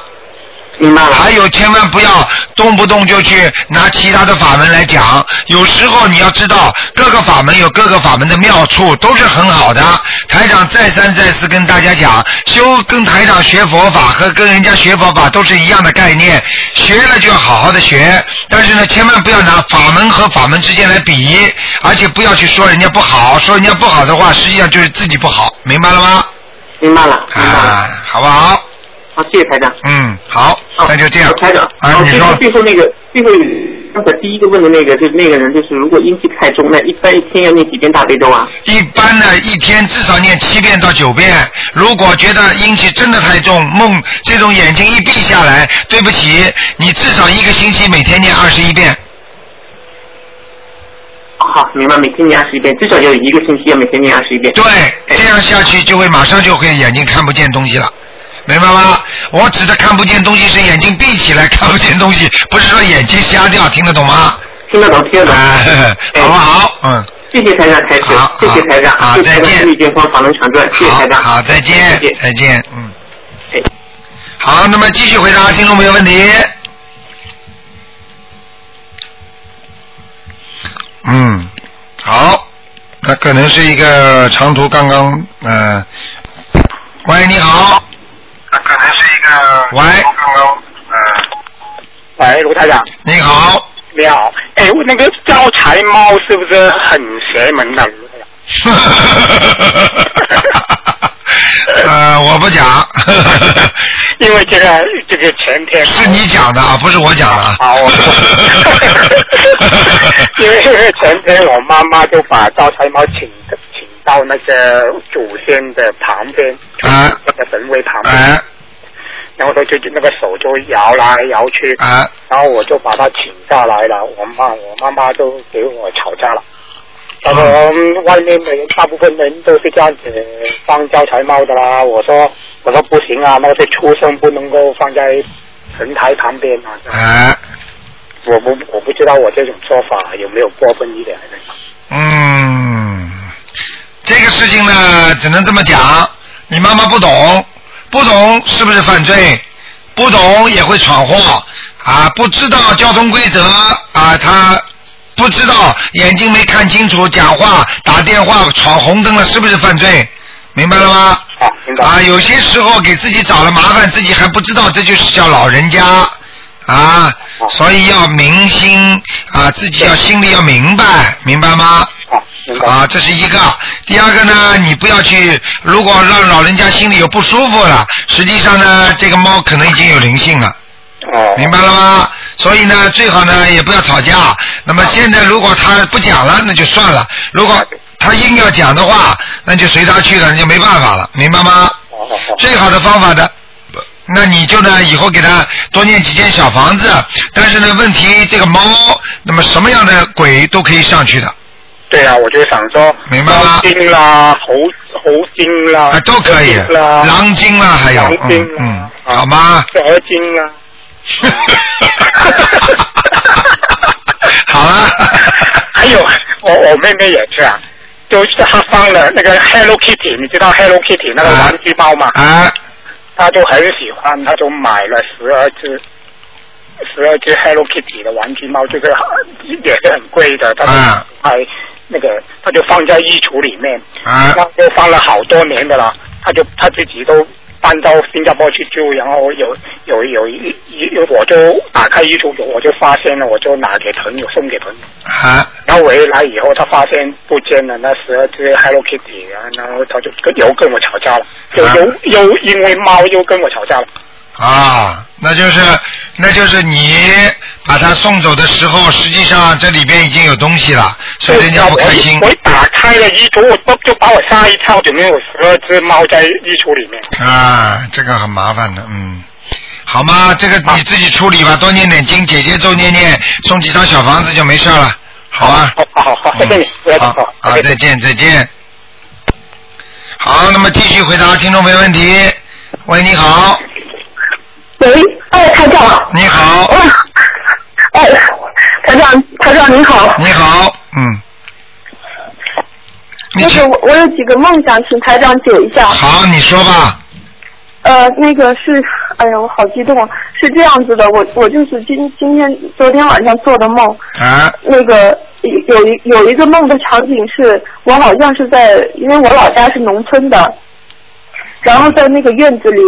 S11: 明白了，
S1: 还有，千万不要动不动就去拿其他的法门来讲。有时候你要知道，各个法门有各个法门的妙处，都是很好的。台长再三再四跟大家讲，修跟台长学佛法和跟人家学佛法都是一样的概念，学了就要好好的学。但是呢，千万不要拿法门和法门之间来比，而且不要去说人家不好，说人家不好的话，实际上就是自己不好，明白了吗？
S11: 明白了，明白了，
S1: 啊，好不好？
S11: 好，谢谢台长。哦
S1: 嗯，好，那就这样。
S11: 台长，
S1: 啊
S11: 然后
S1: 你
S11: 最
S1: 说
S11: 后最后那个最后刚才第一个问的那个，就是那个人，就是如果阴气太重，那一般一天要念几遍大悲咒啊？
S1: 一般呢，一天至少念七遍到九遍。如果觉得阴气真的太重，梦这种眼睛一闭下来，对不起，你至少一个星期每天念二十一遍。
S11: 哦好，明白，每天念二十一遍，至少要有一个星期要每天念二十一遍。
S1: 对，这样下去就会马上就会眼睛看不见东西了，明白吗？我指的看不见东西是眼睛闭起来看不见东西， 不是说眼睛瞎掉，听得懂吗？啊
S11: 听得懂，听得懂。
S1: 好不好？嗯，
S11: 谢谢台长开始，谢谢台长，
S1: 好
S11: 谢谢台
S1: 再
S11: 长
S1: 见
S11: 身体健康，法轮常转，谢谢台长。
S1: 好，再见，再见，嗯。好，那么继续回答听众朋友问题。嗯，好，那可能是一个长途刚刚呃，喂，你好。那可能是一个。
S5: 喂，哎卢台长，
S1: 喂，你好。
S5: 你好。哎，我那个招财猫是不是很邪门 啊的？卢台长
S1: 呃，我不讲，
S5: 因为这个这个前天
S1: 是你讲的啊，不是我讲的啊。
S5: 好，我因为因为前天我妈妈就把招财猫请请到那个祖先的旁边，
S1: 啊
S5: 那个神位旁边，
S1: 哎
S5: 然后他就那个手就摇来摇去，
S1: 啊
S5: 然后我就把他请下来了，我妈我妈妈就给我吵架了。他说、嗯外面的人，大部分人都是这样子放招财猫的啦。我说我说不行啊，那个是畜生不能够放在神台旁边啊。
S1: 哎。
S5: 我不我不知道我这种说法有没有过分一点。
S1: 嗯，这个事情呢，只能这么讲。你妈妈不懂，不懂是不是犯罪？不懂也会闯祸啊！不知道交通规则啊，他不知道眼睛没看清楚，讲话打电话闯红灯了，是不是犯罪？明白了吗？
S5: 啊，明白。
S1: 啊，有些时候给自己找了麻烦，自己还不知道，这就是叫老人家啊。
S5: 哦
S1: 所以要明心啊，自己要心里要明白，明白吗？
S5: 哦
S1: 啊，这是一个。第二个呢，你不要去，如果让老人家心里有不舒服了，实际上呢，这个猫可能已经有灵性了。
S5: 哦
S1: 明白了吗？所以呢，最好呢也不要吵架。那
S5: 哦
S1: 么现在如果他不讲了，那就算了；如果他硬要讲的话，那就随他去了，那就没办法了，明白吗？
S5: 哦
S1: 最好的方法呢，那你就呢以后给他多念几间小房子。但是呢，问题这个猫，那么什么样的鬼都可以上去的。
S5: 对啊，我就想说，
S1: 明白吗
S5: 猫精啦，猴猴精啦，
S1: 啊都可以
S5: 哦猴精啦，
S1: 狼精啦还有
S5: 狼精啦，
S1: 嗯，好吗？
S5: 蛇精啊啦。
S1: 好了，
S5: 还有我我妹妹也是啊，就是她放了那个 Hello Kitty，你知道 Hello Kitty 那个玩具猫吗？
S1: 啊，
S5: 她就很喜欢，她就买了十二只，十二只 Hello Kitty 的玩具猫，就是也是很贵的，
S1: 嗯
S5: 她就买那个，她就放在衣橱里面，
S1: 啊
S5: 那就放了好多年的了，她就她自己都。搬到新加坡去住，然后有有有一一，我就打开衣橱，我就发现了，我就拿给朋友送给朋友。
S1: 啊，
S5: 然后回来以后，他发现不见了那十二只 Hello Kitty，然后他就跟又跟我吵架了，又又又因为猫又跟我吵架了。
S1: 啊，那就是那就是你把它送走的时候，实际上这里边已经有东西了，所以人家不开心
S5: 我一我一打开了衣橱，我就把我吓一跳，里面有十二只猫在衣橱里面。
S1: 啊，这个很麻烦的，嗯。好吗？这个你自己处理吧，多念点经，姐姐咒念念，送几张小房子就没事了，好吧？
S5: 哦好好好，
S1: 谢谢你，嗯好好，再见再见。好，那么继续回答听众朋友问题。喂，你好，
S9: 喂，哎，台长。
S1: 你好。
S9: 哎，台长，台长您好。
S1: 你好，嗯。
S9: 那个我我有几个梦想，请台长解一下。
S1: 好，你说吧。
S9: 呃，那个是，哎呀，我好激动啊！是这样子的，我我就是今今天昨天晚上做的梦，
S1: 啊
S9: 那个有有一有一个梦的场景是，我好像是在，因为我老家是农村的，然后在那个院子里，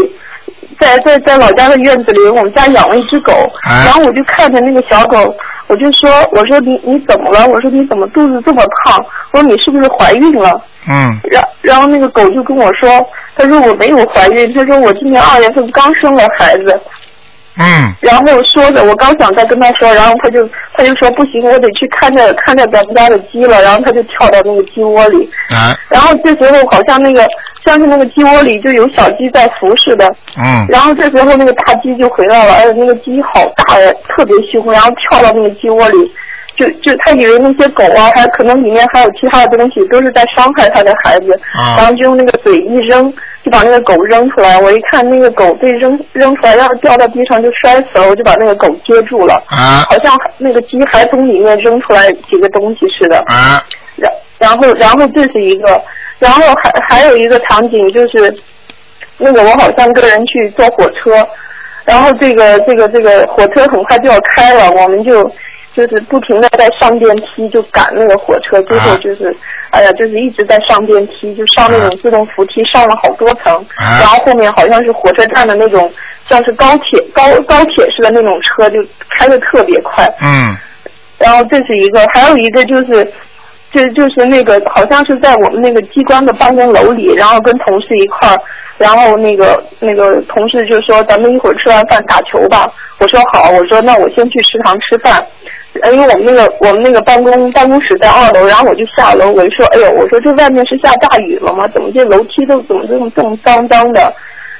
S9: 在在在老家的院子里，我们家养了一只狗，
S1: 啊
S9: 然后我就看着那个小狗，我就说，我说你你怎么了？我说你怎么肚子这么胖？我说你是不是怀孕了？
S1: 嗯
S12: 然然后那个狗就跟我说，他说我没有怀孕，他说我今年二月份刚生了孩子，
S1: 嗯
S12: 然后说的我刚想再跟他说，然后他就他就说不行，我得去看着看着咱们家的鸡了，然后他就跳到那个鸡窝里，
S1: 啊
S12: 然后这时候好像那个像是那个鸡窝里就有小鸡在服侍的，
S1: 嗯
S12: 然后这时候那个大鸡就回来了，而哎且那个鸡好大呀，特别凶，然后跳到那个鸡窝里，就就他以为那些狗啊，还可能里面还有其他的东西，都是在伤害他的孩子，
S1: 啊
S12: 然后就用那个嘴一扔，就把那个狗扔出来。我一看那个狗被扔扔出来，要是掉到地上就摔死了，我就把那个狗接住了，
S1: 啊
S12: 好像那个鸡还从里面扔出来几个东西似的。
S1: 啊
S12: 然然后然后这是一个，然后还还有一个场景就是，那个我好像跟人去坐火车，然后这个这个这个火车很快就要开了，我们就就是不停的在上电梯就赶那个火车，结果就是、哎呀就是一直在上电梯，就上那种自动扶梯，上了好多层，
S1: 啊
S12: 然后后面好像是火车站的那种像是高铁高高铁似的那种车，就开的特别快，
S1: 嗯
S12: 然后这是一个，还有一个就是，就就是那个好像是在我们那个机关的办公楼里，然后跟同事一块儿，然后那个那个同事就说咱们一会儿吃完饭打球吧，我说好，我说那我先去食堂吃饭。呃因为我们那个我们那个办公办公室在二楼，然后我就下楼，我就说，哎呦，我说这外面是下大雨了吗？怎么这楼梯都怎么这么这么脏脏的？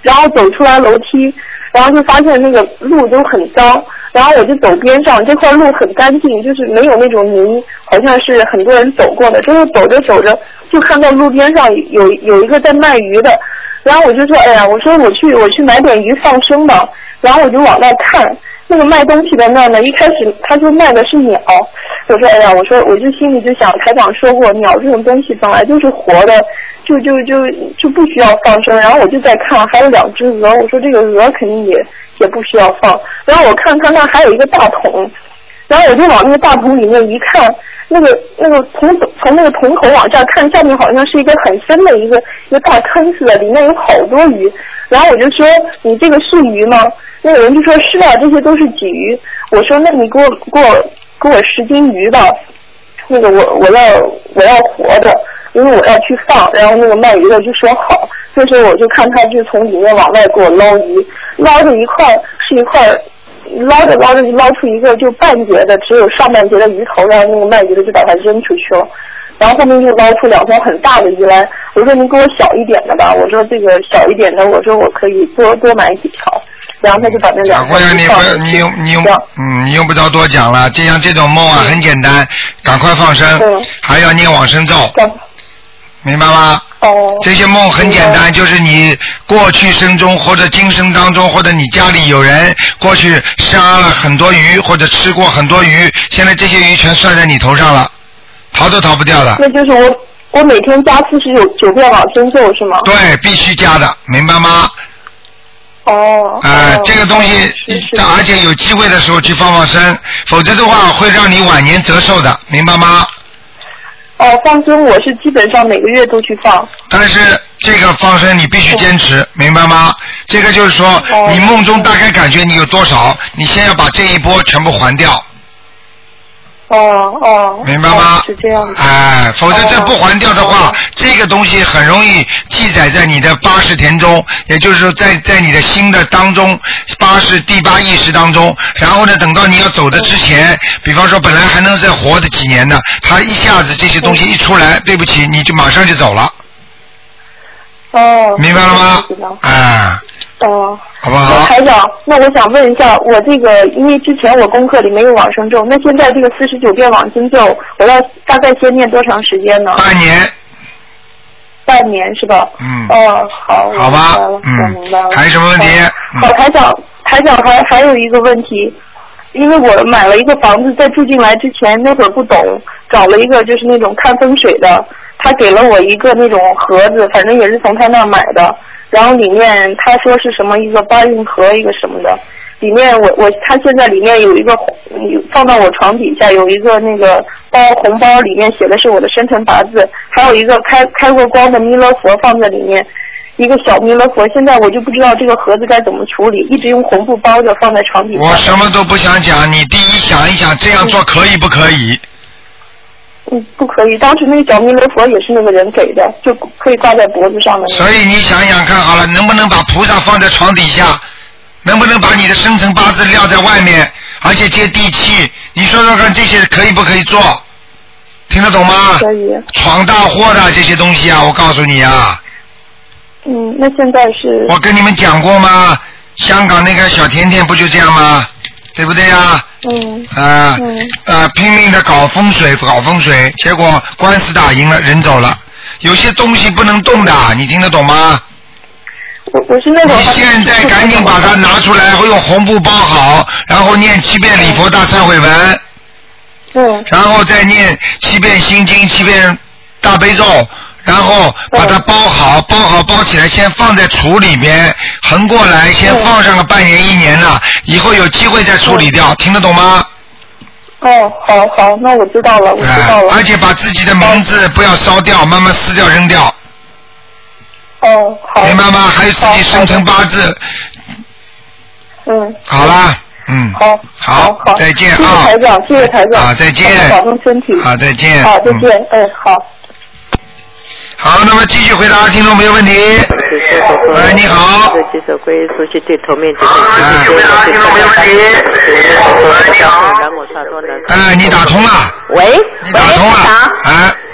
S12: 然后走出来楼梯，然后就发现那个路都很脏，然后我就走边上，这块路很干净，就是没有那种泥，好像是很多人走过的。之后走着走着，就看到路边上有有一个在卖鱼的，然后我就说，哎呀，我说我去我去买点鱼放生吧，然后我就往那看。那个卖东西的那呢，一开始他说卖的是鸟，我说哎呀，我说我就心里就想，台长说过，鸟这种东西本来就是活的，就就就就不需要放生。然后我就在看，还有两只鹅，我说这个鹅肯定也也不需要放。然后我看他那还有一个大桶，然后我就往那个大桶里面一看，那个那个从从那个桶口往下看，下面好像是一个很深的一个一个大坑似的，里面有好多鱼。然后我就说你这个是鱼吗？那个人就说是啊，这些都是鲫鱼。我说那你给我给我给我十斤鱼吧。那个我我要我要活的，因为我要去放。然后那个卖鱼的就说好，这时候我就看他就从里面往外给我捞鱼，捞着一块儿是一块儿，捞着捞着就捞出一个就半截的，只有上半截的鱼头，然后那个卖鱼的就把它扔出去了。然后后面又捞出两条很大的鱼来，我说你给我小一点的吧，我说这个小一点的，我说我可以多多买几条，然后他就把那两
S1: 或
S12: 条
S1: 者哎你
S12: 鱼放嗯进
S1: 不，
S12: 去
S1: 你用你用
S12: 这样，
S1: 嗯，你用不着多讲了。就像这种梦啊，很简单，赶快放生
S12: 嗯，
S1: 还要念往生咒，
S12: 这样
S1: 明白吗？
S12: 哦，
S1: 这些梦很简单，就是你过去生中或者今生当中，或者你家里有人过去杀了很多鱼，或者吃过很多鱼，现在这些鱼全算在你头上了，逃都逃不掉的。
S12: 那就是我我每天加四十九九遍往生咒是吗？
S1: 对，必须加的，明白吗？
S12: 哦。
S1: 呃
S12: 哦，
S1: 这个东西
S12: 是是，
S1: 而且有机会的时候去放放生，否则的话会让你晚年折寿的，明白吗？
S12: 哦，放生我是基本上每个月都去放。
S1: 但是这个放生你必须坚持，明白吗？这个就是说，
S12: 哦
S1: 你梦中大概感觉你有多少，你先要把这一波全部还掉，
S12: 哦哦。
S1: 明白吗
S12: 哦是这样子。
S1: 哎，否则这
S12: 哦
S1: 不还掉的话
S12: 哦，
S1: 这个东西很容易记载在你的八识田中，也就是说在在你的心的当中，八识第八意识当中。然后呢，等到你要走的之前，比方说本来还能再活的几年的，他一下子这些东西一出来，对不起，你就马上就走了，
S12: 哦。
S1: 明白了嗯吗
S12: 知道？
S1: 哎，
S12: 哦。
S1: 好不
S12: 那
S1: 好？
S12: 台长，那我想问一下，我这个因为之前我功课里没有往生咒，那现在这个四十九遍往生咒，我要大概先念多长时间呢？
S1: 半年，
S12: 半年是吧？
S1: 嗯
S12: 哦，好，我
S1: 好吧
S12: 明白了
S1: 嗯
S12: 我明白了。
S1: 还有什么问题嗯
S12: 好，好台长，台长还还有一个问题，因为我买了一个房子，在住进来之前那会儿不懂，找了一个就是那种看风水的，他给了我一个那种盒子，反正也是从他那儿买的，然后里面他说是什么一个八运河一个什么的。里面我我他现在里面有一个红有放到我床底下有一个那个包红包，里面写的是我的生辰八字，还有一个开开过光的弥勒佛放在里面，一个小弥勒佛。现在我就不知道这个盒子该怎么处理，一直用红布包着放在床底下。
S1: 我什么都不想讲，你第一想一想，这样做可以不可以？
S12: 嗯，不可以。当时那个小弥勒佛也是那个人给的，就可以挂在脖子上的那个。
S1: 所以你想想看好了，能不能把菩萨放在床底下？能不能把你的生辰八字撂在外面，而且接地气？你说说看，这些可以不可以做？听得懂吗？
S12: 可以。
S1: 闯大祸的这些东西啊，我告诉你啊，
S12: 嗯，那现在是
S1: 我跟你们讲过吗？香港那个小甜甜不就这样吗？对不对呀、
S12: 嗯
S1: 啊，啊，拼命的搞风水，搞风水，结果官司打赢了，人走了。有些东西不能动的，你听得懂吗？
S12: 我我是那
S1: 种。你现在赶紧把它拿出来，用红布包好，然后念七遍礼佛大忏悔文。
S12: 嗯。
S1: 然后再念七遍心经，七遍大悲咒，然后把它包好，包好包起来，先放在橱里边，横过来，先放上个半年一年了，以后有机会再处理掉，听得懂吗？
S12: 嗯哦，好好，那我知道了，我知道了。
S1: 哎而且把自己的名字不要烧掉，慢慢撕掉扔掉。
S12: 哦，好。
S1: 明白吗？还有自己生辰八字。
S12: 嗯，
S1: 好啦，嗯。
S12: 好。
S1: 好，再见
S12: 谢谢
S1: 啊。
S12: 台长，谢谢台长。
S1: 啊再见
S12: 保重身体。
S1: 好，再见。
S12: 好，再
S1: 嗯
S12: 见。嗯，好。
S1: 好，那么继续回答听众朋友问题。喂，你好。
S4: 几首归属去对头面就是。喂，你好。
S1: 哎，你打通了。
S4: 喂，
S1: 你打通了。啊。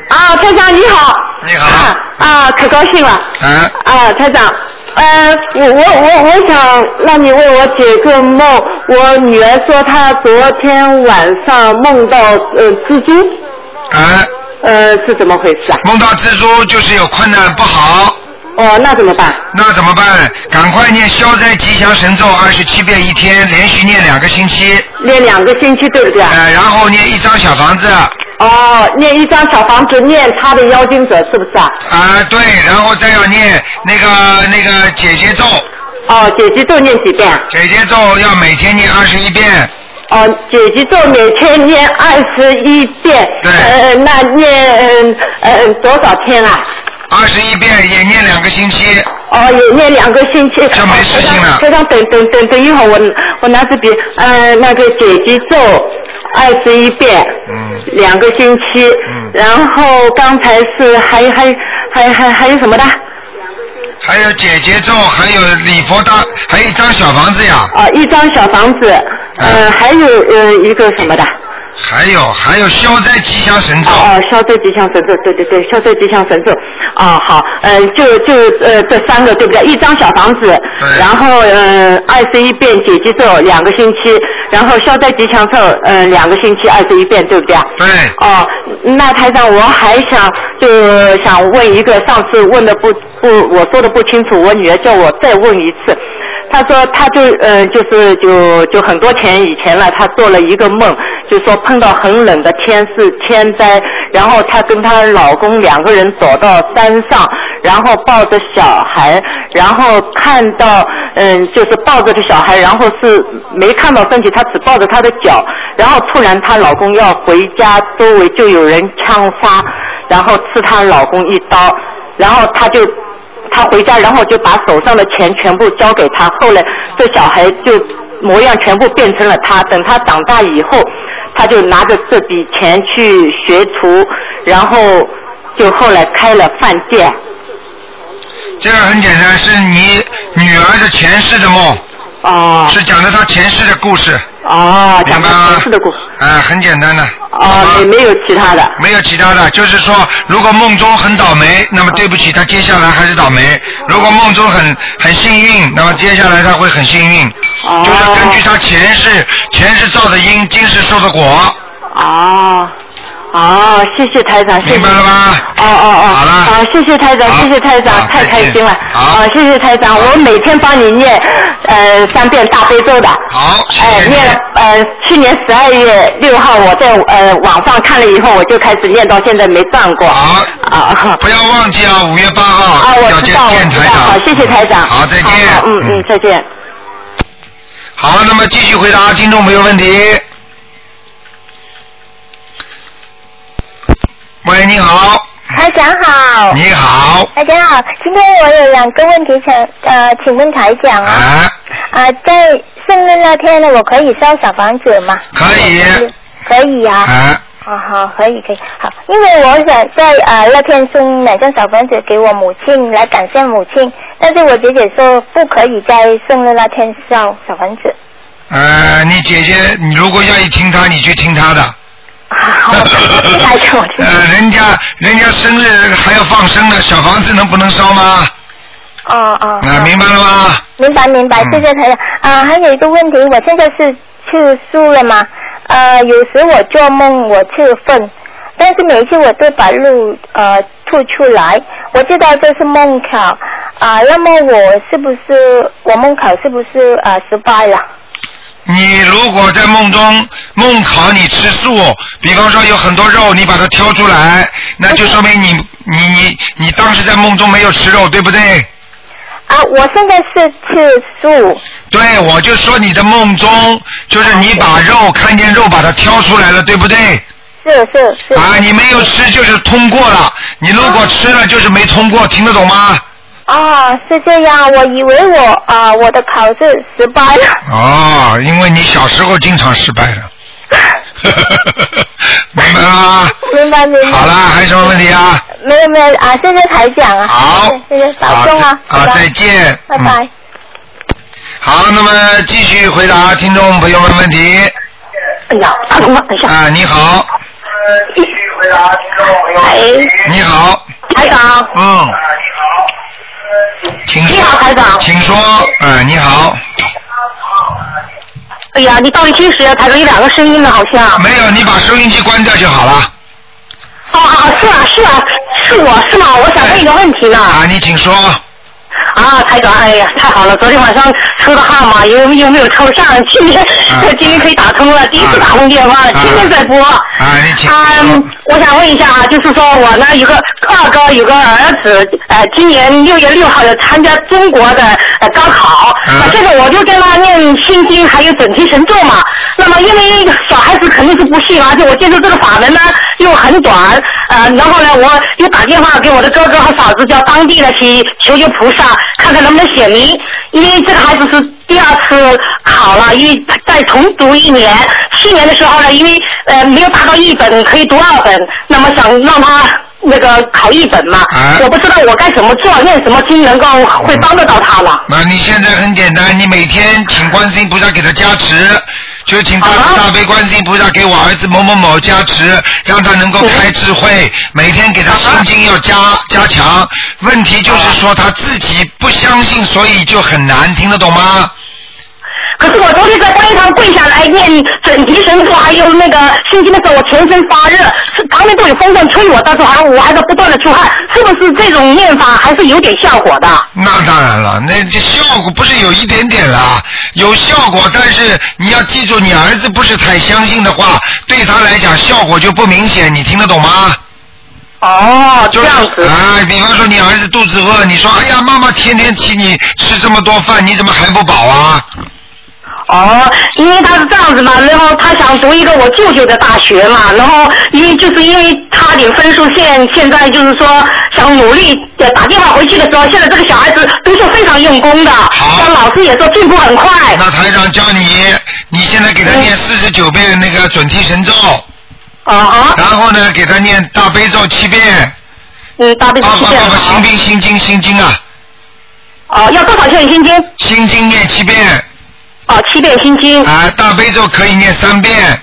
S4: 啊，台长你好。
S1: 你好。
S4: 啊，可高兴了。
S1: 啊。
S4: 啊，台长，呃，我我我我想让你为我解个梦。我女儿说她昨天晚上梦到呃蜘蛛。
S1: 啊。
S4: 呃，是怎么回事啊？
S1: 梦到蜘蛛就是有困难不好。
S4: 哦，那怎么办？
S1: 那怎么办？赶快念消灾吉祥神咒二十七遍一天，连续念两个星期。
S4: 念两个星期，对不对？
S1: 呃，然后念一张小房子。
S4: 哦，念一张小房子，念他的妖精者，是不是啊？
S1: 啊，对，然后再要念那个那个姐姐咒。
S4: 哦，姐姐咒念几遍？啊
S1: 姐姐咒要每天念二十一遍。
S4: 哦，姐姐咒每天念二十一遍。对。呃，那念呃呃多少天啊？
S1: 二十一遍也念两个星期。
S4: 哦，也念两个星期。就没事情了。台长，等等等等一会儿，我我拿支笔，呃，那个姐姐咒二十一遍，嗯，两个星期，嗯，然后刚才是还还还还还有什么的？
S1: 还有姐姐咒，还有礼佛大，还有一张小房子呀，
S4: 哦，一张小房子，呃，还有呃一个什么的？
S1: 还有还有消灾吉祥神咒。
S4: 哦，消灾吉祥神咒，对对对，消灾吉祥神咒。啊、好，呃，就就呃这三个对不对？一张小房子，然后呃二十一遍解结咒两个星期，然后消灾吉祥咒呃两个星期二十一遍，对不对？
S1: 对。
S4: 哦，那台长，我还想就想问一个，上次问的不不，我说的不清楚，我女儿叫我再问一次。她说，她就呃，就是就就很多钱以前了，她做了一个梦，就说碰到很冷的天是天灾，然后她跟她老公两个人走到山上，然后抱着小孩，然后看到嗯，就是抱着这小孩，然后是没看到身体，她只抱着她的脚，然后突然她老公要回家，周围就有人枪杀，然后刺她老公一刀，然后她就她回家，然后就把手上的钱全部交给他。后来这小孩就模样全部变成了他。等他长大以后，他就拿着这笔钱去学徒，然后就后来开了饭店。
S1: 这个很简单，是你女儿的前世的梦。
S4: 哦。
S1: 是讲的她前世的故事。
S4: 哦，
S1: 讲的前世
S4: 的故事。
S1: 啊、很简单的。
S4: 哦，没没有其他的。
S1: 没有其他的，就是说，如果梦中很倒霉，那么对不起，她接下来还是倒霉；如果梦中很很幸运，那么接下来她会很幸运。
S4: 啊
S1: 就是根据她前世前世造的因，今世受的果。
S4: 哦，哦，谢谢台长，谢谢。明白了
S1: 吗？
S4: 哦哦哦。好了。啊，谢谢台长，谢谢台长，太开心了。好。啊，谢谢台长，我每天帮你念呃三遍大悲咒的。
S1: 好，
S4: 谢谢。哎，念了呃，去年十二月六号我在呃网上看了以后，我就开始念到现在没断过。好。啊。
S1: 不要忘记啊，五月八号、
S4: 啊，我
S1: 要
S4: 知
S1: 见
S4: 道，我
S1: 见
S4: 知
S1: 台
S4: 道，
S1: 长
S4: 好，。谢谢台长。
S1: 好，再见。
S4: 嗯嗯，再见。
S1: 好，那么继续回答听众朋友问题。喂，你好，
S13: 台长
S14: 哦
S13: 好。
S1: 你好。
S13: 台长好，今天我有两个问题想呃，请问台长啊。
S1: 啊。
S13: 在生日那天呢，我可以烧小房子吗？可以。可以啊。
S1: 啊。
S15: 啊好，可以可以，好，因为我想在呃那天送两张小房子给我母亲来感谢母亲，但是我姐姐说不可以在生日那天烧小房子。
S1: 呃，你姐姐，你如果愿意听她，你去听她的。
S13: 啊
S1: 呃，人家人家生日还要放生呢，小房子能不能烧吗？
S15: 哦哦。
S1: 啊，明白了吗？嗯
S15: 明白明白，谢谢台长。啊，还有一个问题，我现在是吃素了嘛？呃，有时我做梦我吃粪，但是每一次我都把肉呃吐出来，我知道这是梦考啊、那么我是不是我梦考是不是呃失败了？
S1: 你如果在梦中梦考你吃素，比方说有很多肉，你把它挑出来，那就说明你你你你当时在梦中没有吃肉，对不对？
S15: 啊，我现在是吃素。
S1: 对，我就说你的梦中就是你把肉看见肉把它挑出来了，对不对？
S15: 是是是。
S1: 啊，你没有吃就是通过了，你如果吃了就是没通过，听得懂吗？
S15: 哦，是这样，我以为我啊、我的考试失败了。
S1: 哦，因为你小时候经常失败了。明白啦，
S15: 明白明白。
S1: 好啦，还有什么问题啊？
S15: 没有没有啊，谢谢台长啊。
S1: 好
S15: 谢谢谢谢保
S1: 好
S15: 重啊。
S1: 好，
S15: 拜拜
S1: 再见。嗯
S15: 拜拜。
S1: 好，那么继续回答听众朋友们问题。
S4: 哎呀，打通了，等一下。
S1: 啊，你好。
S4: 哎，
S1: 你好，
S4: 台长。
S1: 嗯。请说。
S4: 你好，台长。
S1: 请说，啊，你好，
S4: 哎呀，你到底听谁啊？台长，有两个声音呢，好像。
S1: 没有，你把收音机关掉就好了。啊
S4: 哦哦，是啊，是啊，是我是吗？我想问一个问题呢。啊，
S1: 你请说。
S4: 啊，台长，哎呀，太好了！昨天晚上抽的号码，因为又没有抽上，今天、 今天可以打通了，第一次打通电话，今天在播。
S1: 啊，你
S4: 请。嗯，我想问一下啊，就是说我呢有个二哥有个儿子，呃，今年六月六号要参加中国的呃高
S1: 啊
S4: 考，那这个我就跟他念心经，还有准提神咒嘛。那么因为小孩子肯定是不信啊，而且我接触这个法门呢又很短，呃，然后呢我又打电话给我的哥哥和嫂子，叫当地的去求求菩萨，看看能不能显灵，因为这个孩子是第二次考了，因为再重读一年。去年的时候呢，因为呃没有达到一本，可以读二本，那么想让他那个考一本嘛。我不知道我该怎么做，念什么经能够会帮得到他了。
S1: 那啊你现在很简单，你每天请观世音菩萨给他加持，就请大慈大悲观世音菩萨给我儿子某某某加持，让他能够开智慧，每天给他心经要加加强。问题就是说他自己不相信，所以就很难，听得懂吗？
S4: 可是我昨天在观音堂跪下来念准提神咒，还有那个心经的时候，我全身发热，是旁边都有风扇吹我，但是还我还在不断的出汗，是不是这种念法还是有点效果的？
S1: 那当然了，那这效果不是有一点点啦，有效果，但是你要记住，你儿子不是太相信的话，对他来讲效果就不明显，你听得懂吗？
S4: 哦，
S1: 这样子。啊，比方说你儿子肚子饿，你说，哎呀，妈妈天天请你吃这么多饭，你怎么还不饱啊？
S4: 哦，因为他是这样子嘛，然后他想读一个我舅舅的大学嘛，然后因为就是因为差点分数线，现在就是说想努力呃打电话回去的时候，现在这个小孩子读书非常用功的，像老师也说进步很快。嗯
S1: 那台长教你，你现在给他念四十九遍那个准提神咒。
S4: 啊
S1: 然后呢，给他念大悲咒七遍。
S4: 嗯，大悲咒
S1: 七遍。啊不不不，心经心经心经啊。
S4: 哦，要多少遍心经？
S1: 心经念七遍。
S4: 哦，七遍心经。
S1: 啊，大悲咒可以念三遍。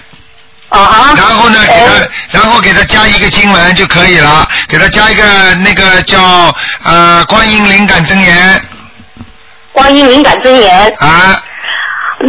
S4: 啊哎哈。
S1: 然后呢，给他，然后给他加一个经文就可以了，给他加一个那个叫呃观音灵感真言。
S4: 观音灵感真言。嗯
S1: 啊。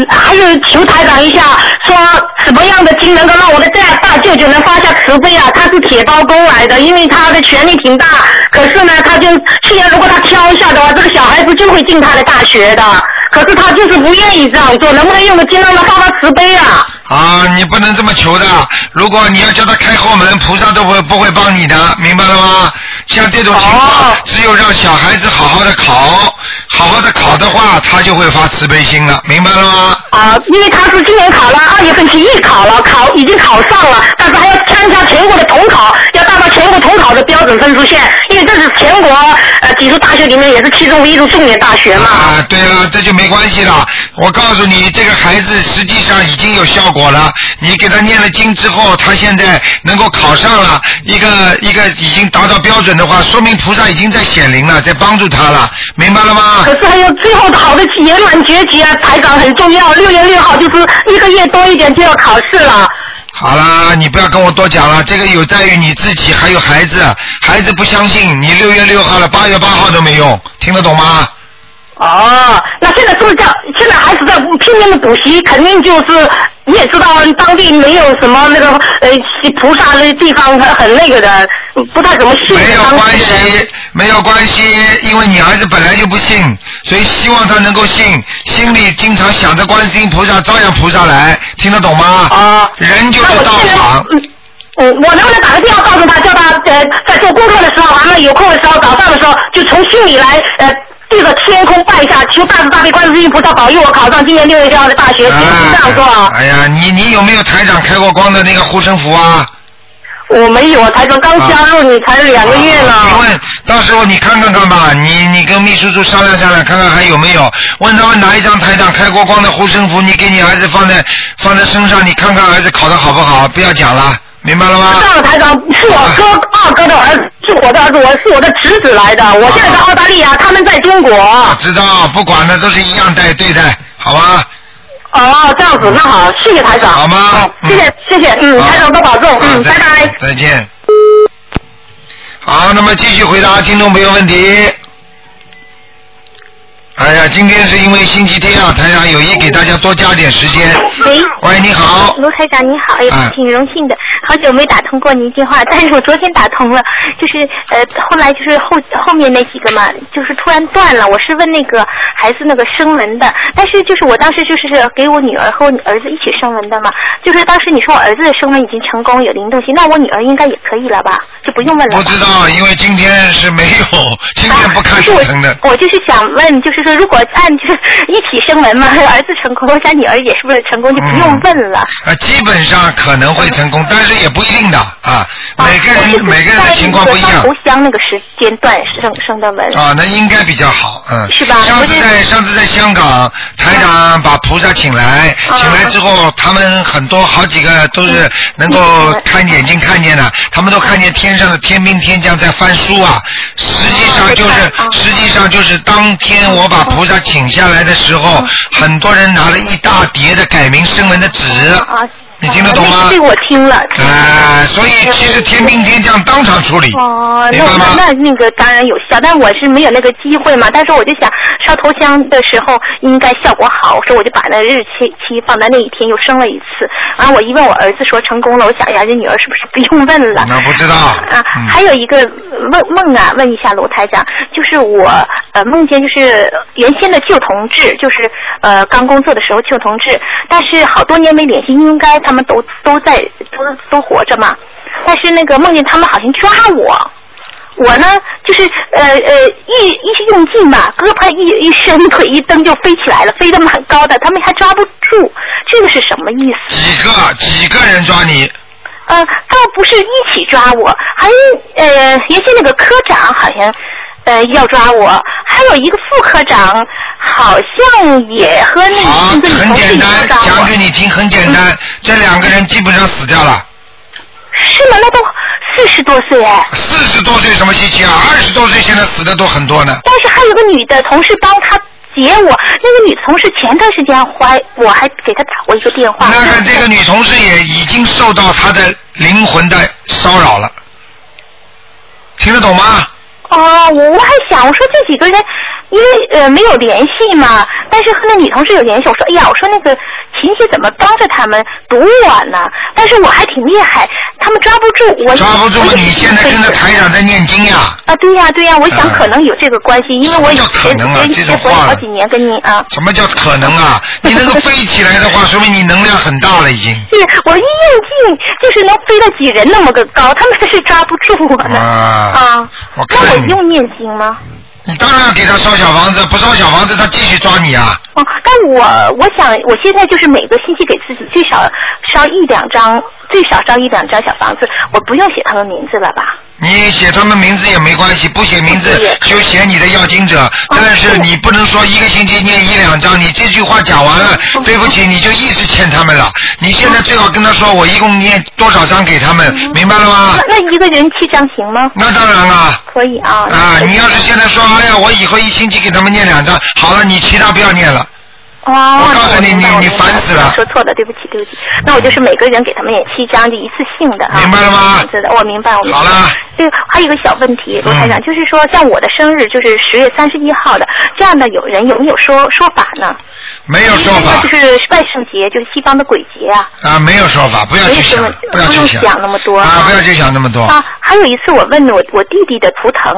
S4: 还有求台长一下，说什么样的经能够让我的大大舅舅能发下慈悲啊？他是铁包公来的，因为他的权力挺大，可是呢，他就去年如果他挑一下的话，这个小孩子就会进他的大学的。可是他就是不愿意这样做，能不能用个经让他发发慈悲啊？
S1: 啊，你不能这么求的。如果你要叫他开后门，菩萨都不不会帮你的，明白了吗？像这种情况，只有让小孩子好好的考，好好的考的话，他就会发慈悲心了，明白了吗？
S4: 啊，因为他是今年考了，二月份去艺考了，考已经考上了，但是还要参加全国的统考，要达到全国统考的标准分数线，因为这是全国呃几所大学里面也是其中一所重点大学嘛。
S1: 啊，对了，这就没关系了。我告诉你，这个孩子实际上已经有效果了。你给他念了经之后，他现在能够考上了一个一个已经达到标准的话，说明菩萨已经在显灵了，在帮助他了，明白了吗？
S4: 可是还有最后的好的圆满结局啊，排长很重要。六月六号就是一个月多一点就要考试
S1: 啊
S4: 了。
S1: 好啦，你不要跟我多讲了，这个有在于你自己，还有孩子。孩子不相信，你六月六号了，八月八号都没用，听得懂吗？
S4: 哦，那现在都是这样，现在孩子在拼命的补习，肯定就是你也知道，当地没有什么那个呃菩萨那地方，他很那个的，不太怎么信。
S1: 没有关系，没有关系，因为你儿子本来就不信，所以希望他能够信，心里经常想着观世音菩萨、照样菩萨来，听得懂吗？
S4: 啊，
S1: 人就是道场。
S4: 嗯，我能不能打个电话告诉他，叫他呃在做功课的时候，完了有空的时候，早上的时候就从心里来呃对着天空拜一下，求大慈大悲观世音菩萨保佑我考上今年六月六号的大学，这样做啊。
S1: 哎呀，你你有没有台长开过光的那个护身符啊？
S4: 我没有，台长刚加入你才两个月呢。
S1: 你问，啊到时候你看看看吧，你你跟秘书处商量商量，看看还有没有。问他们拿一张台长开过光的护身符，你给你儿子放在放在身上，你看看儿子考的好不好？不要讲了，明白了吗？啊
S4: 这样的台长是我哥、二哥的儿子，是我的儿子，我是我的侄子来的。我现在在澳大利亚，他们在中国。
S1: 我知道，不管了，都是一样待对待，好吧？
S4: 哦，这样子，那好，谢谢台长。哦
S1: 好吗？
S4: 谢谢谢谢，嗯，台长多保重，嗯，拜拜。
S1: 再见。好，那么继续回答听众朋友问题。哎呀，今天是因为星期天啊，台长有意给大家多加点时间。
S14: 喂，
S1: 喂，你好，
S14: 卢台长，你好，哎
S1: 啊
S14: 呀，挺荣幸的，好久没打通过您电话，但是我昨天打通了，就是呃，后来就是后后面那几个嘛，就是突然断了。我是问那个孩子那个声纹的，但是就是我当时就是给我女儿和我儿子一起声纹的嘛，就是当时你说我儿子的声纹已经成功有灵动性，那我女儿应该也可以了吧？就不用问了
S1: 不
S14: 吧。
S1: 知道，因为今天是没有， 今天不看图腾的。
S14: 我就是想问，就是说，如果按就是一起声纹嘛，儿子成功，我想女儿也是不是成功，就不用问了。
S1: 啊，基本上可能会成功，但是也不一定的啊。每个人、每个人的情况不一样
S14: 互相那个时间段生生的纹。
S1: 啊，那应该比较好，嗯。
S14: 是吧
S1: 上次
S14: 我就啊
S1: 在上次在香港，台长把菩萨请来，请来之后，他们很多好几个都
S14: 嗯
S1: 是能够看眼睛看见的，他们都看见天上的天兵天将在翻书啊。实际
S14: 啊
S1: 上就是，实际上就是当天我把菩萨请下来的时
S14: 嗯
S1: 候，很多人拿了一大叠的改名声纹的纸。
S14: 啊
S1: 你听得懂吗？
S14: 这个我听了。
S1: 啊，所以其实天兵天将当场处理。
S14: 哦，那
S1: 明白吗
S14: 那那那个当然有效，但我是没有那个机会嘛。但是我就想烧头香的时候应该效果好，所以我就把那日期期放在那一天，又生了一次。然后我一问我儿子说成功了，我想哎呀，这女儿是不是不用问了？
S1: 那不知道嗯
S14: 啊，
S4: 嗯
S14: 还有一个梦梦啊，问一下罗台长，就是我呃梦见就是原先的旧同志，就是呃刚工作的时候旧同志，但是好多年没联系，应该他们都都在都都活着嘛，但是那个梦见他们好像抓我。我呢，就是呃呃一一用劲吧，胳膊一一伸，腿一蹬就飞起来了，飞得蛮高的，他们还抓不住，这个是什么意思？
S1: 几个几个人抓你？
S14: 呃，倒不是一起抓我，还呃，原先那个科长好像呃要抓我，还有一个副科长好像也和那个村子里
S1: 很
S14: 同事
S1: 简
S14: 一
S1: 单
S14: 起抓，
S1: 讲
S14: 我，嗯
S1: 给你听，很简单。这两个人基本上死掉了。
S14: 是吗？那都四十多岁哎。
S1: 四十多岁什么稀奇啊？二十多岁现在死的都很多呢。
S14: 但是还有个女的同事帮他截我，那个女同事前段时间还我还给她打过一个电话。
S1: 那个这个女同事也已经受到他的灵魂的骚扰了，听得懂吗？
S14: 哦，我我还想，我说这几个人，因为呃没有联系嘛，但是和那女同事有联系。我说，哎呀，我说那个琴姐怎么帮着他们堵我呢？但是我还挺厉害，他们抓不住我。
S1: 抓不住
S14: 我就
S1: 你现在跟着台长在念经呀？嗯
S14: 啊，对呀、对呀、我想可能有这个关系，因为我以
S1: 可
S14: 前
S1: 能啊
S14: 也
S1: 这种
S14: 结婚
S1: 话
S14: 好几年跟您啊。
S1: 什么叫可能啊？ 你能够飞起来的话，说明你能量很大了已经。
S14: 是我一用劲，就是能飞到几人那么个高，他们是抓不住我呢。
S1: 啊
S14: 啊，
S1: 我看
S14: 那我
S1: 你
S14: 用念经吗？
S1: 你当然要给他烧小房子，不烧小房子他继续抓你啊。
S14: 哦，但我我想，我现在就是每个星期给自己最少烧一两张，最少烧一两张小房子，我不用写他们名字了吧？
S1: 你写他们名字也没关系，不写名
S14: 哦
S1: 字就写你的要经者。但是你不能说一个星期念一两张，你这句话讲完了，
S14: 哦
S1: 对不起，你就一直欠他们了。你现在最好跟他说，我一共念多少张给他
S14: 嗯
S1: 们，明白了吗？
S14: 那那一个人七张行吗？
S1: 那当然了。
S14: 可以啊。
S1: 啊，你要是现在说，哎呀，我以后一星期给他们念两张，好了，你其他不要念了。
S14: 哦，
S1: 我告诉你，你
S14: 那我
S1: 你
S14: 明白
S1: 烦死了。
S14: 说错了，对不起，对不起。那我就是每个人给他们也七张，就一次性的啊。
S1: 明白了吗？
S14: 是的，我明白，我明白。
S1: 好了。嗯
S14: 对，还有一个小问题，罗台长，就是说，像我的生日就是十月三十一号的，这样的有人有没有说说法呢？
S1: 没有说法
S14: 就是万圣节，就是西方的鬼节啊。
S1: 啊，没有说法，不要
S14: 没
S1: 去
S14: 什
S1: 想
S14: 么，，
S1: 不要去
S14: 用
S1: 想
S14: 想那么多
S1: 啊，不要去想那么多。
S14: 啊，还有一次我问我我弟弟的图腾，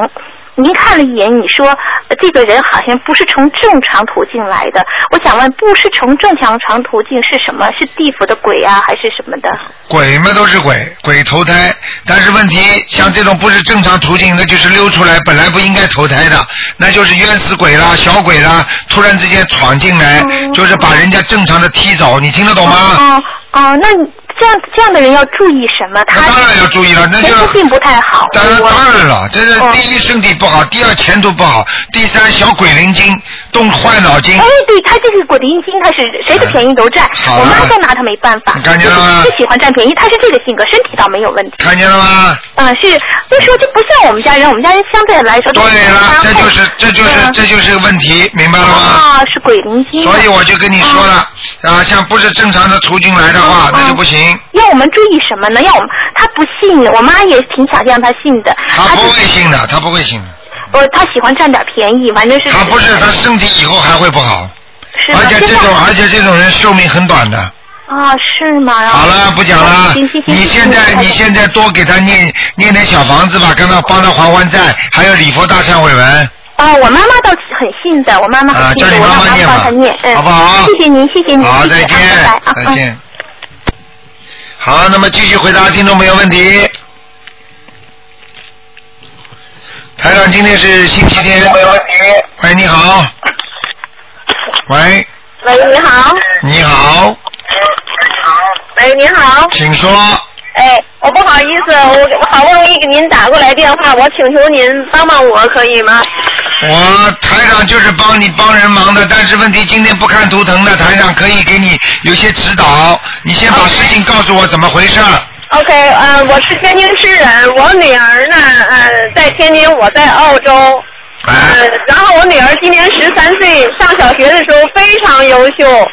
S14: 您看了一眼，你说、呃这个人好像不是从正常途径来的。我想问，不是从正常长途径是什么？是地府的鬼啊，还是什么的？
S1: 鬼嘛都是鬼，鬼投胎，但是问题像这种不是正常途径，那就是溜出来，本来不应该投胎的，那就是冤死鬼啦、小鬼啦，突然之间闯进来，
S14: 嗯
S1: 就是把人家正常的踢走，你听得懂吗？
S14: 哦哦，那你这样这样的人要注意什么？他
S1: 当然要注意了，那就
S14: 并不太好。嗯
S1: 当然当然了，这是第一身体不好，第二前途不好，第三小鬼灵精，动坏脑筋
S14: 哎。，对他这是果林精，他是谁的便宜都占。
S1: 哎好了
S14: 我妈都拿他没办法，
S1: 看见了吗
S14: 就是不喜欢占便宜，他是这个性格，身体倒没有问题。
S1: 看见了吗？
S14: 嗯，是那时候就不像我们家人，我们家人相对来说对
S1: 啊，这就是这就是这就是问题，明白了吗？
S14: 啊，嗯是鬼灵哦精。
S1: 所以我就跟你说了，啊，像不是正常的途径来的
S14: 嗯
S1: 话，那就不行。
S14: 要我们注意什么呢？要我们他不信，我妈也挺想让他信的。
S1: 他不会信的，他不会信的。
S14: 我他喜欢占点便宜，反正是
S1: 他不是，他身体以后还会不好。
S14: 是吗
S1: 而且这
S14: 现
S1: 种，
S14: 在
S1: 而且这种人寿命很短的。
S14: 啊，是吗？嗯
S1: 好了，不讲了。
S14: 哦
S1: 啊
S14: 行行行
S1: 你现在，
S14: 行
S1: 你现在多给他念念点小房子吧，跟他帮他还还债，还有礼佛大忏悔文。
S14: 啊，我妈妈倒是很信的，我妈妈很信的，
S1: 啊叫你
S14: 我
S1: 妈
S14: 让
S1: 妈
S14: 妈
S1: 念吧
S14: 帮她念，嗯，
S1: 好不好
S14: 谢谢您，谢谢您，
S1: 好，
S14: 谢
S1: 再
S14: 谢啊
S1: 见
S14: 拜拜啊，，
S1: 再
S14: 嗯
S1: 见。好，那么继续回答听众朋友问题。台长，今天是星期天。喂，你好。喂，
S16: 喂，你好。
S1: 你好，
S16: 喂，你好。
S1: 请说。
S16: 哎，我不好意思，我我好不容易给您打过来电话，我请求您帮帮我，可以吗？
S1: 我台长就是帮你帮人忙的，但是问题今天不看图腾的，台长可以给你有些指导。你先把事情告诉我怎么回事儿。
S16: OK，呃，我是天津市人，我女儿呢，呃，在天津，我在澳洲。呃，然后我女儿今年十三岁，上小学的时候非常优秀，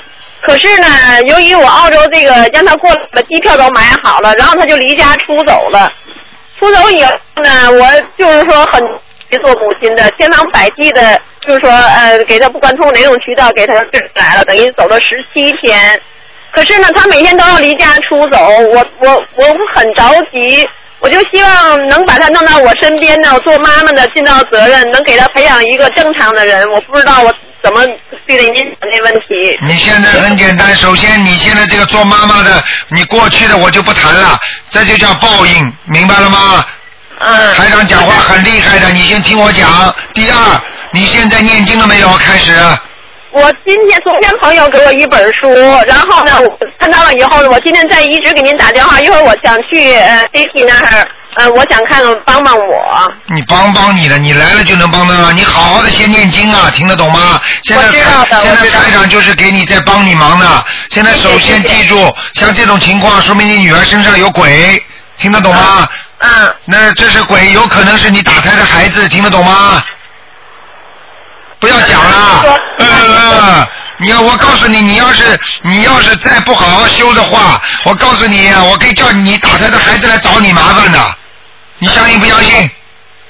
S16: 可是呢，由于我澳洲这个让她过来把机票都买好了，然后她就离家出走了。出走以后呢，我就是说很做母亲的，千方百计的，就是说呃，给她不管通过哪种渠道给她治来了，等于走了十七天。可是呢，他每天都要离家出走，我我我很着急，我就希望能把他弄到我身边呢，我做妈妈的尽到责任，能给他培养一个正常的人。我不知道我怎么对着您讲这问题。
S1: 你现在很简单，首先你现在这个做妈妈的，你过去的我就不谈了，这就叫报应，明白了吗？
S16: 嗯。
S1: 台长讲话很厉害的，你先听我讲。第二，你现在念经了没有？开始。
S16: 我今天昨天朋友给我一本书，然后呢，我看到了以后，我今天再一直给您打电话，一会儿我想去呃 Dicky 那儿，呃，我想看看帮帮我。
S1: 你帮帮你的，你来了就能帮到。你好好的先念经啊，听得懂吗？现在台现在台长就是给你在帮你忙呢。现在首先记住，像这种情况，说明你女儿身上有鬼，听得懂吗？
S16: 嗯。
S1: 那这是鬼，有可能是你打胎的孩子，听得懂吗？不要讲了，嗯嗯，你要我告诉你，你要是你要是再不好好修的话，我告诉你，啊我可以叫你打胎的孩子来找你麻烦的，你相信不相信？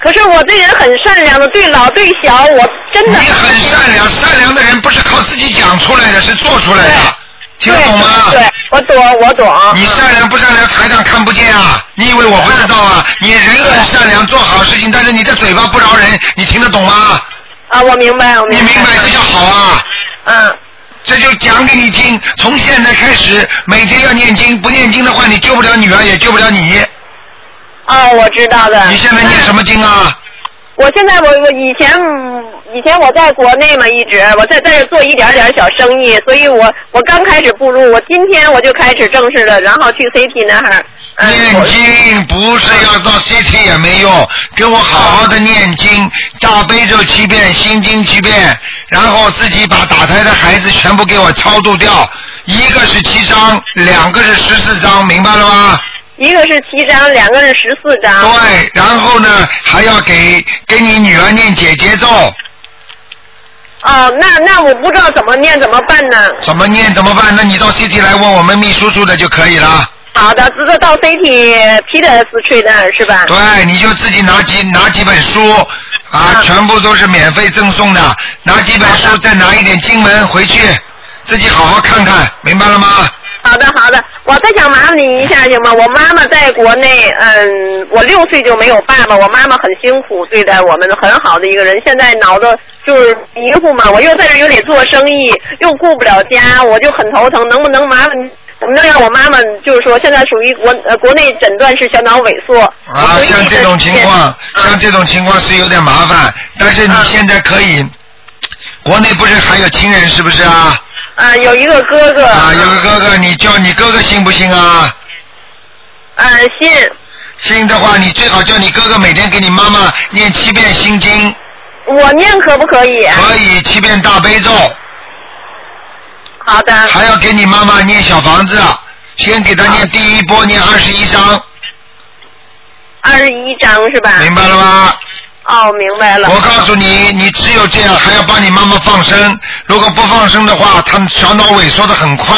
S16: 可是我这人很善良的，对老对小，我真的。
S1: 你很善良，善良的人不是靠自己讲出来的，是做出来的，听得懂吗？
S16: 对，我懂，我懂。啊
S1: 你善良不善良，台长看不见啊！你以为我不知道啊？你人很善良，做好事情，但是你的嘴巴不饶人，你听得懂吗？
S16: 啊，我明白，我
S1: 明白。你明白这叫好啊？
S16: 嗯。
S1: 这就讲给你听，从现在开始每天要念经，不念经的话，你救不了女儿，也救不了你。
S16: 哦，我知道的。
S1: 你现在念什么经啊？
S16: 我现在我我以前嗯以前我在国内嘛，一直我在在这做一点点小生意，所以我我刚开始步入，我今天我就开始正式的，然后去 CT 那儿。
S1: 念经不是要到 CT 也没用，给我好好的念经，大悲咒七遍，心经七遍，然后自己把打胎的孩子全部给我超度掉，一个是七张，两个是十四张，明白了吗？
S16: 一个是七张，两个是十四张。
S1: 对，然后呢还要给给你女儿念姐姐咒，
S16: 哦，那那我不知道怎么念怎么办呢？
S1: 怎么念怎么办？那你到 CT 来问我们秘书处的就可以了。
S16: 好的，直接到 CT Peter Street 那儿是吧？
S1: 对，你就自己拿几拿几本书啊，全部都是免费赠送的，拿几本书再拿一点经文回去，自己好好看看，明白了吗？
S16: 好的，好的，我再想麻烦您一下行吗？我妈妈在国内，嗯，我六岁就没有爸爸，我妈妈很辛苦对待我们，很好的一个人。现在脑子就是迷糊嘛，我又在这儿又得做生意，又顾不了家，我就很头疼。能不能麻烦您怎么能让我妈妈就是说现在属于国呃国内诊断是小脑萎缩？
S1: 啊，像这种情况，
S16: 嗯
S1: 像这种情况是有点麻烦，但是你现在可
S16: 嗯
S1: 以，国内不是还有亲人是不是啊？
S16: 啊，有一个哥哥。
S1: 啊，有个哥哥，你叫你哥哥信不信啊？
S16: 嗯，信。
S1: 信的话，你最好叫你哥哥每天给你妈妈念七遍心经。
S16: 我念可不可以？
S1: 可以，七遍大悲咒。
S16: 好的。
S1: 还要给你妈妈念小房子，先给她念第一波念二十一章，
S16: 二十一张是吧？
S1: 明白了吗？
S16: 哦，明白了。
S1: 我告诉你，你只有这样，还要帮你妈妈放生。如果不放生的话，她小脑萎缩的很快，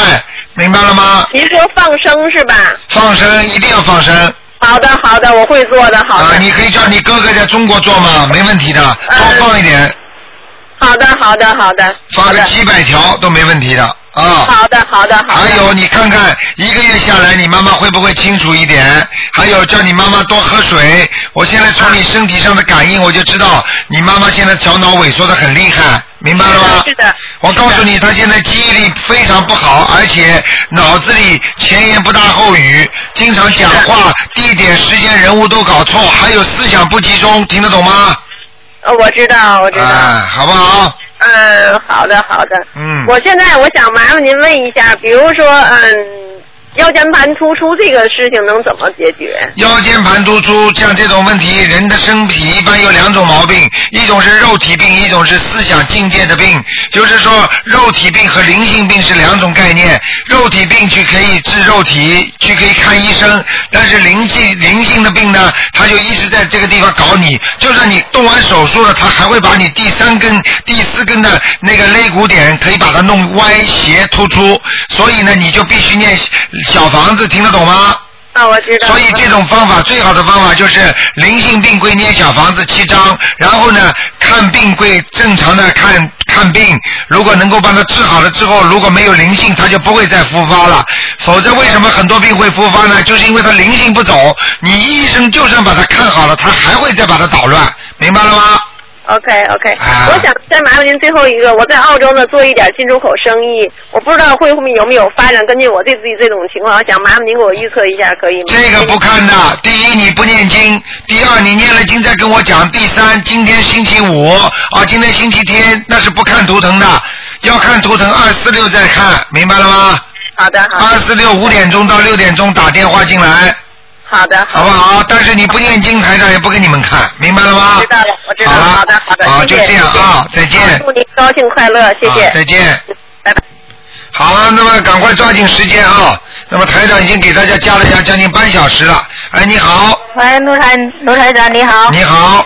S1: 明白了吗？
S16: 您说放生是吧？
S1: 放生一定要放生。
S16: 好的，好的，我会做的，好的。
S1: 啊，你可以叫你哥哥在中国做嘛，没问题的，多放一点，
S16: 好的，好的，嗯好的。
S1: 放个几百条都没问题的啊。
S16: 好的，好的，好的。
S1: 还有，你看看一个月下来，你妈妈会不会清楚一点？还有，叫你妈妈多喝水。我现在从你身体上的感应，我就知道你妈妈现在小脑萎缩的很厉害，明白了吗？
S16: 是的。
S1: 我告诉你，她现在记忆力非常不好，而且脑子里前言不搭后语，经常讲话、地点、时间、人物都搞错，还有思想不集中，听得懂吗？
S16: 呃我知道，我知道。
S1: 啊，好不好？
S16: 嗯，好的，好的。
S1: 嗯
S16: 我现在我想麻烦您问一下，比如说，嗯，腰间盘突出这个事情能怎么解决？
S1: 腰间盘突出，像这种问题，人的身体一般有两种毛病，一种是肉体病，一种是思想境界的病。就是说，肉体病和灵性病是两种概念。肉体病去可以治肉体，去可以看医生，但是灵性灵性的病呢，他就一直在这个地方搞你。就算你动完手术了，他还会把你第三根、第四根的那个肋骨点可以把它弄歪斜突出。所以呢，你就必须念小房子，听得懂吗？
S16: 啊，我知道。
S1: 所以这种方法最好的方法就是灵性病归捏小房子七张，然后呢看病归正常的看看病。如果能够把它治好了之后，如果没有灵性，它就不会再复发了。否则为什么很多病会复发呢？就是因为它灵性不走，你医生就算把它看好了，他还会再把它捣乱，明白了吗？啊
S16: OK OK，、我想再麻烦您最后一个，我在澳洲呢做一点进出口生意，我不知道会不会有没有发展。根据我对自己这种情况，我想麻烦您给我预测一下，可以吗？
S1: 这个不看的。第一，你不念经；第二，你念了经再跟我讲；第三，今天星期五啊，今天星期天，那是不看图腾的，要看图腾二四六再看，明白了吗？
S16: 好的，好的。
S1: 二四六五点钟到六点钟打电话进来，
S16: 好的，
S1: 好不好？但是你不念经，台长也不给你们看，明白了吗？
S16: 知道了，我知道了，好的，好的，
S1: 好，
S16: 谢
S1: 就
S16: 谢
S1: 这样啊，再见。
S16: 祝您高兴快乐，谢谢。
S1: 啊再见。好，那么赶快抓紧时间啊！那么台长已经给大家加了下将近半小时了。哎，你好，
S13: 喂，卢台卢台长，你好。
S1: 你好。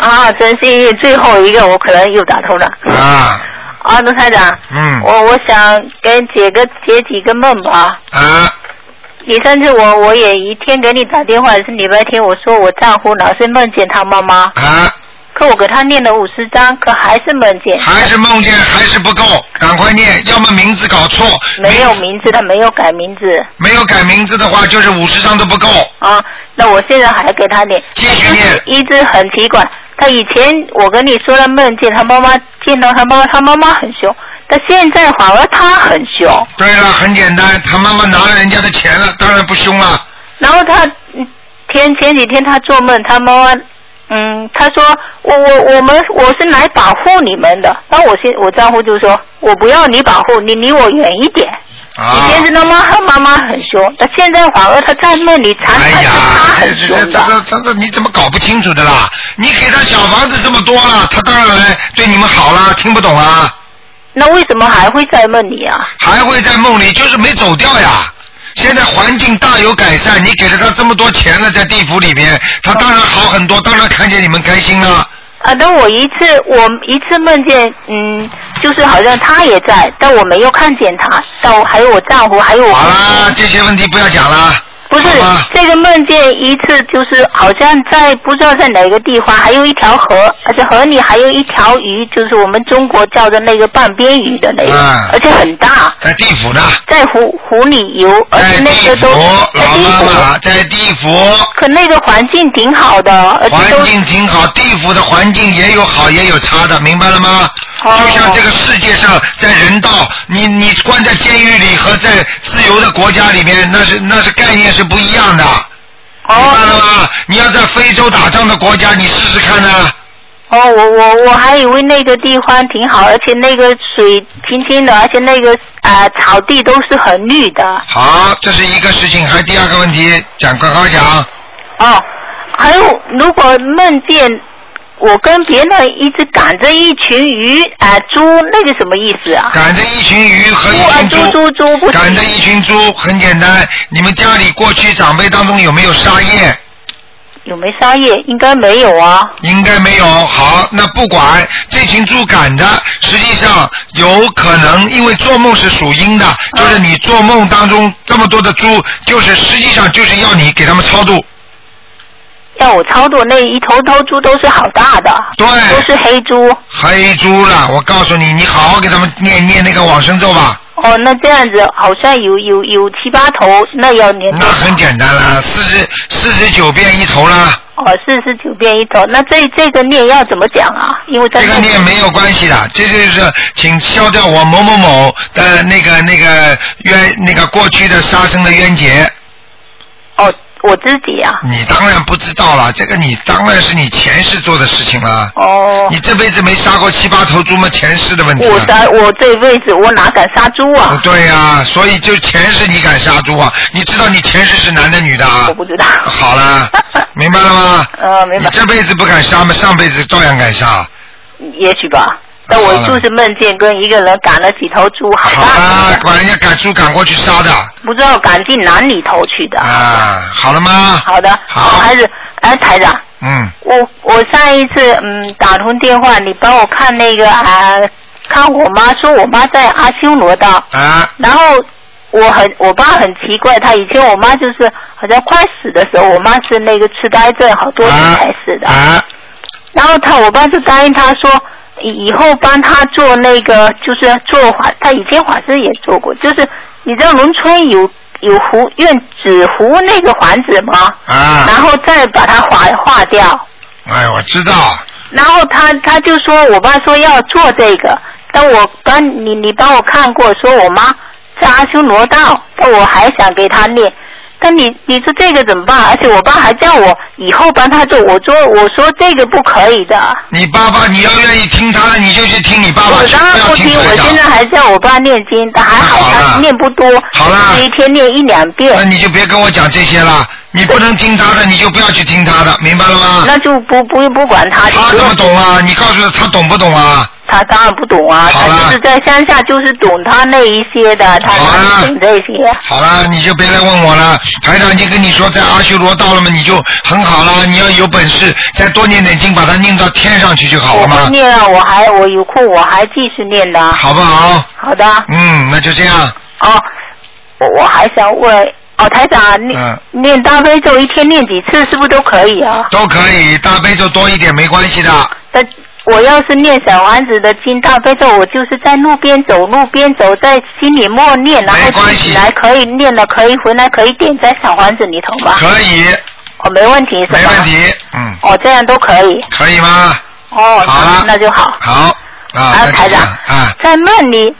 S13: 啊，真是最后一个，我可能又打通了。
S1: 啊。
S13: 啊，卢台长，
S1: 嗯，
S13: 我我想给解个解几个梦吧。
S1: 啊。
S13: 你上次我我也一天给你打电话，是礼拜天，我说我丈夫老是梦见他妈妈。
S1: 啊。
S13: 可我给他念了五十张，可还是梦见。
S1: 还是梦见还是不够，赶快念，要么名字搞错，
S13: 没有名字，他没有改名字。
S1: 没有改名字的话就是五十张都不够。
S13: 啊，那我现在还给他念，
S1: 继续念，
S13: 一直很奇怪。他以前我跟你说了梦见他妈妈见到他妈妈，他妈妈很凶，但现在反而他很凶。
S1: 对了，很简单，他妈妈拿了人家的钱了，当然不凶了。
S13: 然后他嗯前前几天他做梦，他妈妈嗯，他说我我我们我是来保护你们的，那我先我丈夫就说我不要你保护，你离我远一点。
S1: 啊
S13: 以前是他妈和妈妈很凶，但现在反而他在那里缠
S1: 哎呀，这这这这这这你怎么搞不清楚的啦？你给他小房子这么多了，他当然来对你们好啦，听不懂啊？
S13: 那为什么还会在梦里啊？
S1: 还会在梦里，就是没走掉呀。现在环境大有改善，你给了他这么多钱了，在地府里面，他当然好很多，当然看见你们开心了。
S13: 啊，但我一次我一次梦见，嗯，就是好像他也在，但我没有看见他，但我还有我丈夫，还有我。
S1: 好啦，啊这些问题不要讲了。
S13: 不是这个梦见一次，就是好像在不知道在哪个地方，还有一条河，而且河里还有一条鱼，就是我们中国叫的那个半边鱼的那个，
S1: 嗯
S13: 而且很大，
S1: 在地府呢，
S13: 在湖湖里游，而且那个都在
S1: 老
S13: 地
S1: 妈
S13: 府，
S1: 妈在地府，
S13: 可那个环境挺好的，而且都
S1: 环境挺好，地府的环境也有好也有差的，明白了吗？就像这个世界上，在人道，你你关在监狱里和在自由的国家里面，那是那是概念是不一样的，明白了吗？你要在非洲打仗的国家，你试试看呢、
S13: 哦，我我我还以为那个地方挺好，而且那个水清清的，而且那个啊、呃草地都是很绿的。
S1: 好，这是一个事情，还第二个问题，讲快快讲。
S13: 哦，还有如果梦见我跟别人一直赶着一群鱼啊、呃猪，那个什么意思啊？
S1: 赶着一群鱼和一群猪，赶着一群猪，很简单。你们家里过去长辈当中有没有杀业？
S13: 有没商业？应该没有啊。
S1: 应该没有。好，那不管这群猪赶着，实际上有可能因为做梦是属阴的，
S13: 嗯
S1: 就是你做梦当中这么多的猪，就是实际上就是要你给他们超度。
S13: 要我操作那一头头猪都是好大的，
S1: 对，
S13: 都是黑猪。
S1: 黑猪了，我告诉你，你好好给他们念念那个往生咒吧。
S13: 哦，那这样子好像有有有七八头，那要 年
S1: 那很简单啦，四十四十九遍一头啦。
S13: 哦，四十九遍一头，那这这个念要怎么讲啊？因为在
S1: 这个念没有关系的，这就是请消掉我某某某的那个那个冤那个过去的杀生的冤结。
S13: 哦，我自己啊。
S1: 你当然不知道了，这个你当然是你前世做的事情了。
S13: 哦。
S1: 你这辈子没杀过七八头猪吗？前世的问题了。
S13: 我的我这辈子我哪敢杀猪啊？
S1: 对呀、所以就前世你敢杀猪啊？你知道你前世是男的女的啊？我
S13: 不知道。
S1: 好 了，明白了吗？
S13: 呃，明白
S1: 你这辈子不敢杀吗？上辈子照样敢杀。啊
S13: 也许吧。但我就是梦见跟一个人赶了几头猪，好大
S1: 啊，把人家赶猪赶过去杀的
S13: 不知道赶进哪里头去的。
S1: 啊，好了吗？
S13: 好的，好，还是哎，台长，
S1: 嗯，
S13: 我我上一次嗯打通电话，你帮我看那个啊，看我妈说我妈在阿修罗道，
S1: 啊，
S13: 然后我很我爸很奇怪，他以前我妈就是好像快死的时候，我妈是那个痴呆症，好多年才死的。
S1: 啊
S13: 然后他我爸就答应他说，以以后帮他做那个就是做法，他以前法师也做过，就是你知道农村有有糊用纸糊那个房子吗？
S1: 啊
S13: 然后再把它划划掉。
S1: 哎，我知道，
S13: 然后他他就说，我爸说要做这个，但我帮你你帮我看过，说我妈在阿修罗道，但我还想给他念。但你你说这个怎么办？而且我爸还叫我以后帮他做，我说我说这个不可以的。
S1: 你爸爸你要愿意听他的，你就去听你爸爸
S13: 我
S1: 去，
S13: 当然
S1: 不要
S13: 不听，我
S1: 台长
S13: 现在还叫我爸念经，但还好他念不多，
S1: 好啦
S13: 一天念一两遍。
S1: 那你就别跟我讲这些了，你不能听他的，你就不要去听他的，明白了吗？
S13: 那就不不不管他。
S1: 他怎么懂啊？你告诉他他懂不懂啊？
S13: 他当然不懂啊，他就是在乡下，就是懂他那一些
S1: 啊
S13: 的，他哪里懂这些？
S1: 好了，你就别来问我了。台长已经跟你说，在阿修罗到了嘛，你就很好了。你要有本事，再多念点经，把它念到天上去就好
S13: 我
S1: 了
S13: 会
S1: 嘛，
S13: 念啊，我还我有空我还继续念的。
S1: 好不好？
S13: 好的，
S1: 嗯，那就这样。
S13: 哦，我我还想问，哦，台长，念、
S1: 嗯
S13: 念大悲咒一天念几次是不是都可以啊？
S1: 都可以，大悲咒多一点没关系的。
S13: 但我要是念小丸子的经大悲咒，我就是在路边走，路边走，在心里默念，然后自己来可以念了，可以回来可以点在小丸子里头吧？
S1: 可以。
S13: 哦，没问题是吧？
S1: 没问题，嗯，
S13: 哦，这样都可以。
S1: 可以吗？
S13: 哦，那那就好。
S1: 好啊，那
S13: 啊，
S1: 就
S13: 台
S1: 这
S13: 长
S1: 样啊，
S13: 在梦里，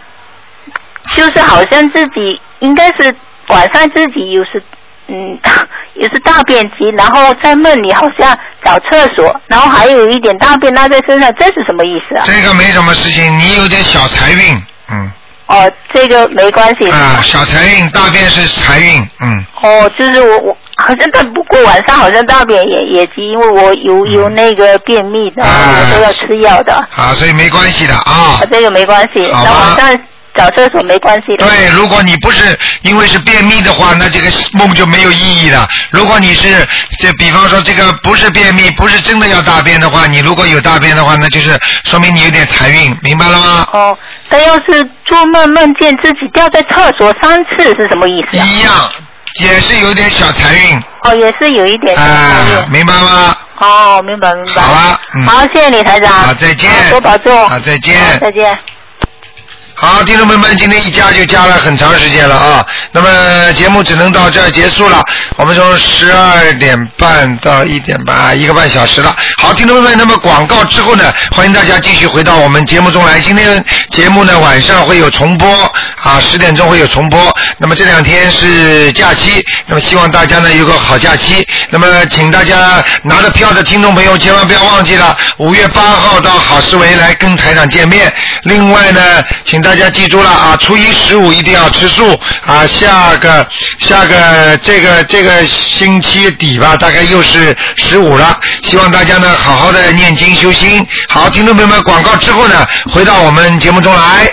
S13: 就是好像自己应该是晚上自己有时嗯， 也是大便急，然后在梦里好像找厕所，然后还有一点大便拉在身上，这是什么意思啊？
S1: 这个没什么事情，你有点小财运，嗯，
S13: 哦，这个没关系。
S1: 啊，小财运，大便是财运，嗯，
S13: 哦，就是我我好像但不过晚上好像大便也也急，因为我有有那个便秘的，我都要吃药的。
S1: 嗯啊，所以没关系的啊。
S13: 这个没关系，
S1: 好
S13: 那
S1: 吧
S13: 晚上找厕所没关系的。
S1: 对，如果你不是因为是便秘的话，那这个梦就没有意义了。如果你是这，比方说这个不是便秘，不是真的要大便的话，你如果有大便的话，那就是说明你有点财运，明白了吗？
S13: 哦，但要是做梦梦见自己掉在厕所三次是什么意思、啊？
S1: 一样，也是有点小财运，
S13: 哦，也是有一点。
S1: 啊，明白吗？
S13: 哦，明白明白。
S1: 好了，嗯
S13: 好，谢谢你台长。
S1: 好，再见。
S13: 多保重。
S1: 好，再见。
S13: 好再见。
S1: 好，听众朋友们，今天一加就加了很长时间了啊。那么节目只能到这儿结束了，我们从十二点半到一点半，啊一个半小时了。好，听众朋友们，那么广告之后呢，欢迎大家继续回到我们节目中来。今天节目呢晚上会有重播啊，十点钟会有重播。那么这两天是假期，那么希望大家呢有个好假期。那么呃请大家拿着票的听众朋友千万不要忘记了，五月八号到好思维来跟台长见面。另外呢，请大家记住了啊，初一十五一定要吃素啊。下个下个这个这个星期底吧，大概又是十五了。希望大家呢好好的念经修心。好，听众朋友们，广告之后呢，回到我们节目中来。